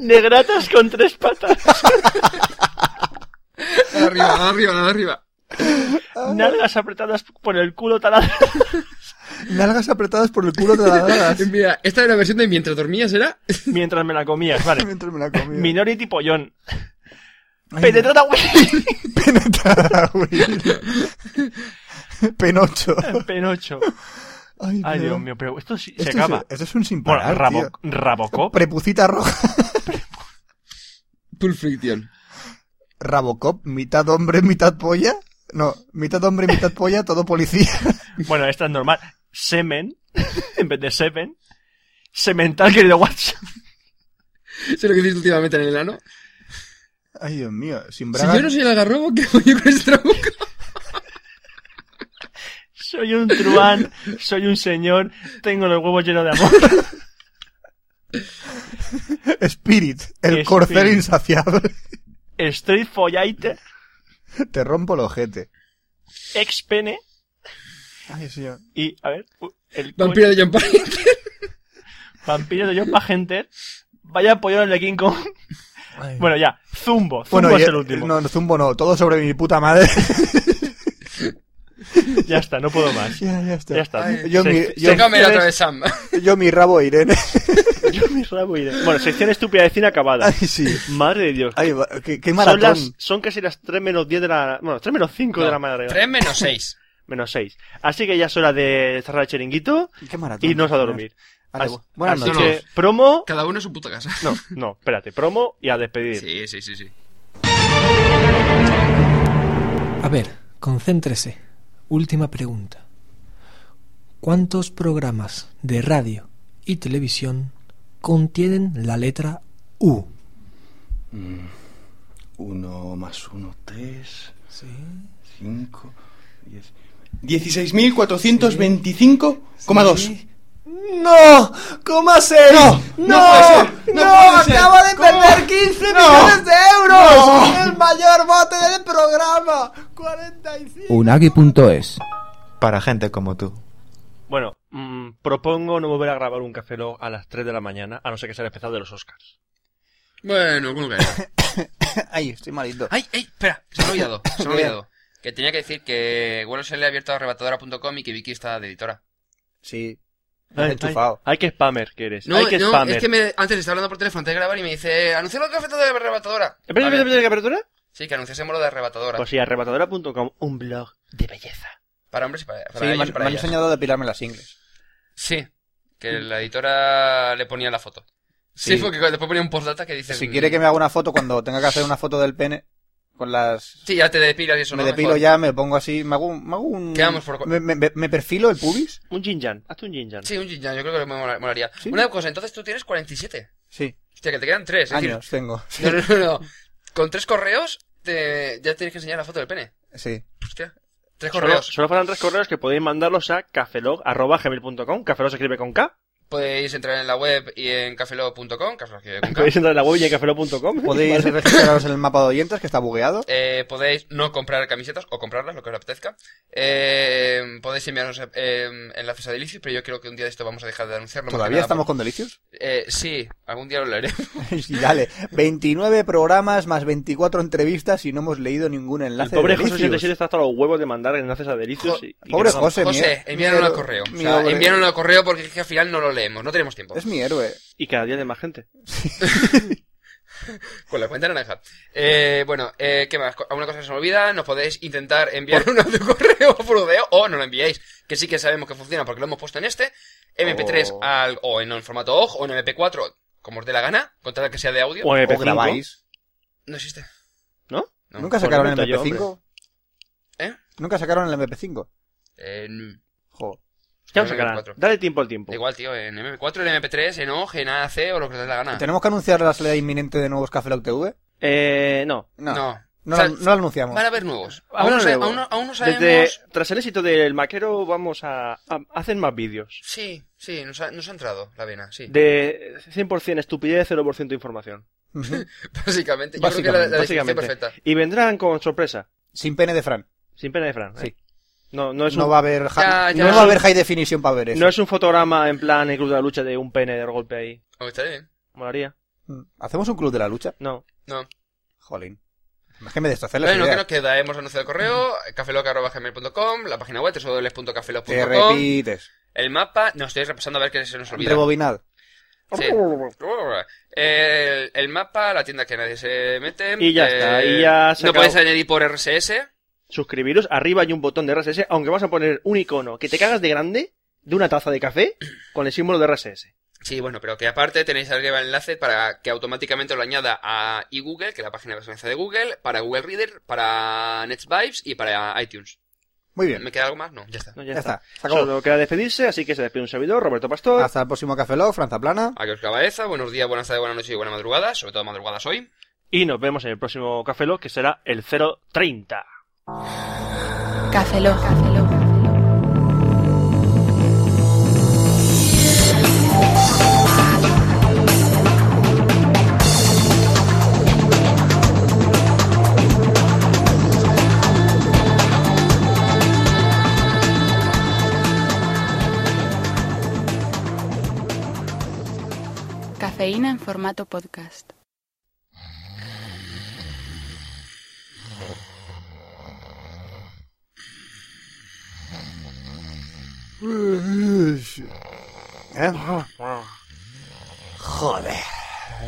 Negratas con tres patas,
Arriba, arriba, arriba.
nalgas apretadas por el culo taladas.
Largas apretadas por el culo de las dadas.
Mira, esta era la versión de mientras dormías, ¿era?
Mientras me la comías, vale.
Mientras me la comía.
Minority pollón. Penetrada Willy.
Penetrada Willy. Penocho.
Penocho.
Ay,
Ay,
no.
Dios mío, pero esto sí- se
Esto es-
acaba.
esto es un sin
Bueno,
parar,
Rabo-
tío.
Rabocop.
Prepucita roja.
Pulp Fiction.
Rabocop, mitad hombre, mitad polla. No, mitad hombre, mitad polla, todo policía.
Bueno, esta es normal. Semen, en vez de semen. Semental, querido Watson.
¿Sé lo que hiciste últimamente en el ano?
Ay, Dios mío, sin
Si
bragas.
yo no soy el agarrobo, ¿qué hago yo con este trabuco?
Soy un truán, soy un señor, tengo los huevos llenos de amor.
Spirit, el
Spirit.
corcel insaciable.
Street follaite,
Te rompo el ojete.
ex pene
Ay, señor.
y, a ver, u- el coño-
Vampiro de John Parker.
vampiro de John Pagenter. Vaya pollo de King Kong. Bueno, ya, Zumbo, Zumbo
Bueno,
es
y-
el último.
no, no, Zumbo no, todo sobre mi puta madre.
Ya está, no puedo más.
ya, ya está.
Ya está.
Ay,
yo
Sec-
mi- yo-
Se
secciones-
come la Este otra vez Sam.
Yo mi rabo Irene.
Yo mi rabo y de- Bueno, sección estúpida de cine acabada.
Ay, sí.
Madre de Dios.
Ay, va- qué, qué
son,
maratón.
las, son casi las 3 menos 10 de la... Bueno, 3 menos 5 de la madrugada.
3 menos 6.
Menos 6. Así que ya es hora de cerrar el chiringuito
Qué maratón.
y nos a dormir.
Vale,
Así-
buenas
así
noches.
que, promo...
Cada uno en su puta casa.
No, no, espérate. Promo y a despedir.
Sí, sí, sí, sí.
A ver, concéntrese. Última pregunta. ¿Cuántos programas de radio y televisión contienen la letra U?
Uno más uno, tres,
Sí.
cinco, diez. 16.425,2.
¡No! ¿Cómo se? ¡No!
¡No! ¡No! ¡Acabo
de perder 15 millones de euros! ¡El mayor bote del programa!
Unagi.es Para gente como tú.
Bueno, mm, propongo no volver a grabar un café Lock a las 3 de la mañana, a no ser que sea el especial de los Oscars.
Bueno, ¿cómo que era?
Ay, estoy malito.
¡Ay, ay! Espera, se me ha olvidado. Se me ha olvidado. Que tenía que decir que Wells se le ha abierto a arrebatadora.com y que Vicky está de editora.
Sí. Me has
Ay, ay,
enchufado.
ay, que spammer que eres.
No,
ay, que
no,
spammer.
es que me, antes estaba hablando por teléfono antes de grabar y me dice anunciar el café de arrebatadora.
Espera,
Vale.
espera, espera, ¿qué apertura?
Sí, que anunciásemos lo de arrebatadora.
Pues sí, arrebatadora.com, un blog de belleza.
Para hombres y para, para
Sí, me,
ellos y
han-
para
me han
ellas.
enseñado a depilarme las ingles.
Sí, que la editora le ponía la foto. Sí,
Sí.
porque después ponía un postdata que dice...
Si quiere que me haga una foto cuando tenga que hacer una foto del pene con las...
Sí, ya te depilas y eso,
me
¿no?
depilo
Mejor.
ya, me pongo así, me hago un... Me, hago un-
Quedamos por-
me, me- me perfilo el pubis.
Un Jinjan, hazte un Jinjan.
Sí, un yin yang, yo creo que me mola- molaría.
Sí.
Una cosa, entonces tú tienes 47.
Sí,
Hostia, que te quedan 3.
años tengo. Sí,
No, no, no, no. Con tres correos te... ya tienes que enseñar la foto del pene.
sí.
Hostia. Tres
Solo,
correos.
solo faltan tres correos que podéis mandarlos a cafelog.gmail.com. Cafelog se escribe con K.
Podéis entrar en la web y en cafelo.com,
Podéis entrar en la web y en cafelog.com.
Podéis
Vale.
registraros en el mapa de oyentes que está bugueado.
Eh, podéis no comprar camisetas o comprarlas, lo que os apetezca. Eh, podéis enviarnos eh, enlaces a Delicious, pero yo creo que un día de esto vamos a dejar de anunciarlo. más que
¿Todavía
nada,
estamos
por-
con delicios?
Eh, sí, algún día lo leeré.
Sí, dale. 29 programas más 24 entrevistas y no hemos leído ningún
El
enlace
pobre
de
José
Delicious.
87 está hasta los huevos de mandar enlaces a Delicios. y- y
Pobre
que no-
José,
José,
mi-
envíanos
mi-
al correo. O
mi
sea,
hombre.
envíanos al correo porque es que al final no lo leemos, no tenemos tiempo.
Es mi héroe.
Y cada día de más gente.
Con la cuenta naranja. Eh, bueno, eh, ¿qué más? Co- ¿Alguna cosa que se me olvida? Nos podéis intentar enviar un audio correo por UDO o no lo enviáis, que sí que sabemos que funciona porque lo hemos puesto en este. MP3
O-
al, o en un formato OGG o en MP4, como os dé la gana, con tal que sea de audio.
O en
O
MP5.
grabáis.
No existe.
¿No?
No.
¿Nunca
Por
sacaron el
momento yo,
MP5?
¿Eh?
¿Nunca sacaron el MP5?
Eh, n-
Jo.
Ya
En
lo sacarán.
MP4.
Dale tiempo al tiempo.
da igual, tío, en MP4, en MP3, en OGG, en AAC o lo que os dé la gana.
¿Tenemos que anunciar la salida inminente de nuevos Café Lock TV?
Eh, no.
No. No,
No.
no,
O sea,
lo anunciamos.
Van a haber nuevos.
Ahora
Aún no,
de
sabe-
nuevo.
aún no- aún no sabemos.
Desde, tras el éxito del maquero, vamos a, a hacer más vídeos.
Sí, sí, nos ha, nos ha entrado la vena, sí.
De 100% estupidez, 0% información.
Ujú.
Básicamente, yo creo que la, la descripción
Básicamente.
perfecta.
Y vendrán con sorpresa.
Sin pene de Fran.
Sin pena de Fran.
Sí.
eh. No, no es
No
un,
va a haber,
Ya,
hi-
ya.
no va a haber high definition para ver eso.
no es un fotograma en plan el club de la lucha de un pene de golpe ahí.
Oh, está bien.
¿Molaría?
Mm. ¿Hacemos un club de la lucha?
No.
No.
Jolín. Es que me destrocé la
Bueno,
idea.
que nos queda, hemos anunciado el correo, cafeloc.gmail.com, la página web, www.cafeloc.com,
Te repites.
el mapa, no estoy repasando a ver qué se nos olvida.
Rebobinad.
Sí. Uh, El, el mapa, la tienda que nadie se mete. eh,
Y ya está, y ya se
No
acabó.
puedes añadir por RSS.
Suscribiros, arriba hay un botón de RSS, aunque vas a poner un icono que te cagas de grande de una taza de café con el símbolo de RSS.
Sí, bueno, pero que aparte tenéis arriba el enlace para que automáticamente lo añada a eGoogle, que es la página de referencia de Google, para Google Reader, para NetVibes y para iTunes.
Muy bien.
¿Me queda algo más? No, ya está.
No, ya,
Ya
está.
está, se acabó.
Solo queda despedirse, así que se despide un servidor, Roberto Pastor.
Hasta el próximo Café Lock, Franza Plana.
Adiós, Cabeza. Buenos días, buenas tardes, buenas noches y buenas madrugadas. Sobre todo madrugadas hoy.
Y nos vemos en el próximo Café Lock, que será el 030.
Café Lock. Cafeína en formato podcast.
¿Eh? Joder.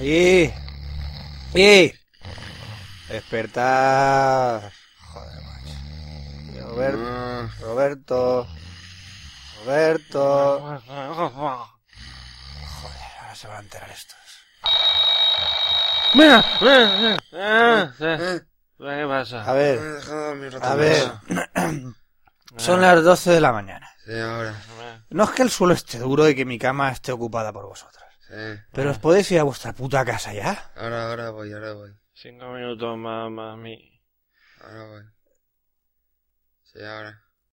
Y. Y. Despertar. Joder, macho. Roberto. Roberto. Roberto.
Ah,
Ahora se van a enterar estos.
¿Qué pasa?
A ver. A ver. Son
Ah,
las 12 de la mañana.
Sí, ahora.
No es que el suelo esté duro y que mi cama esté ocupada por vosotros.
Sí.
Pero os podéis ir a vuestra puta casa ya.
Ahora, ahora voy, ahora voy.
Cinco minutos más, mami.
Ahora voy. Sí, ahora.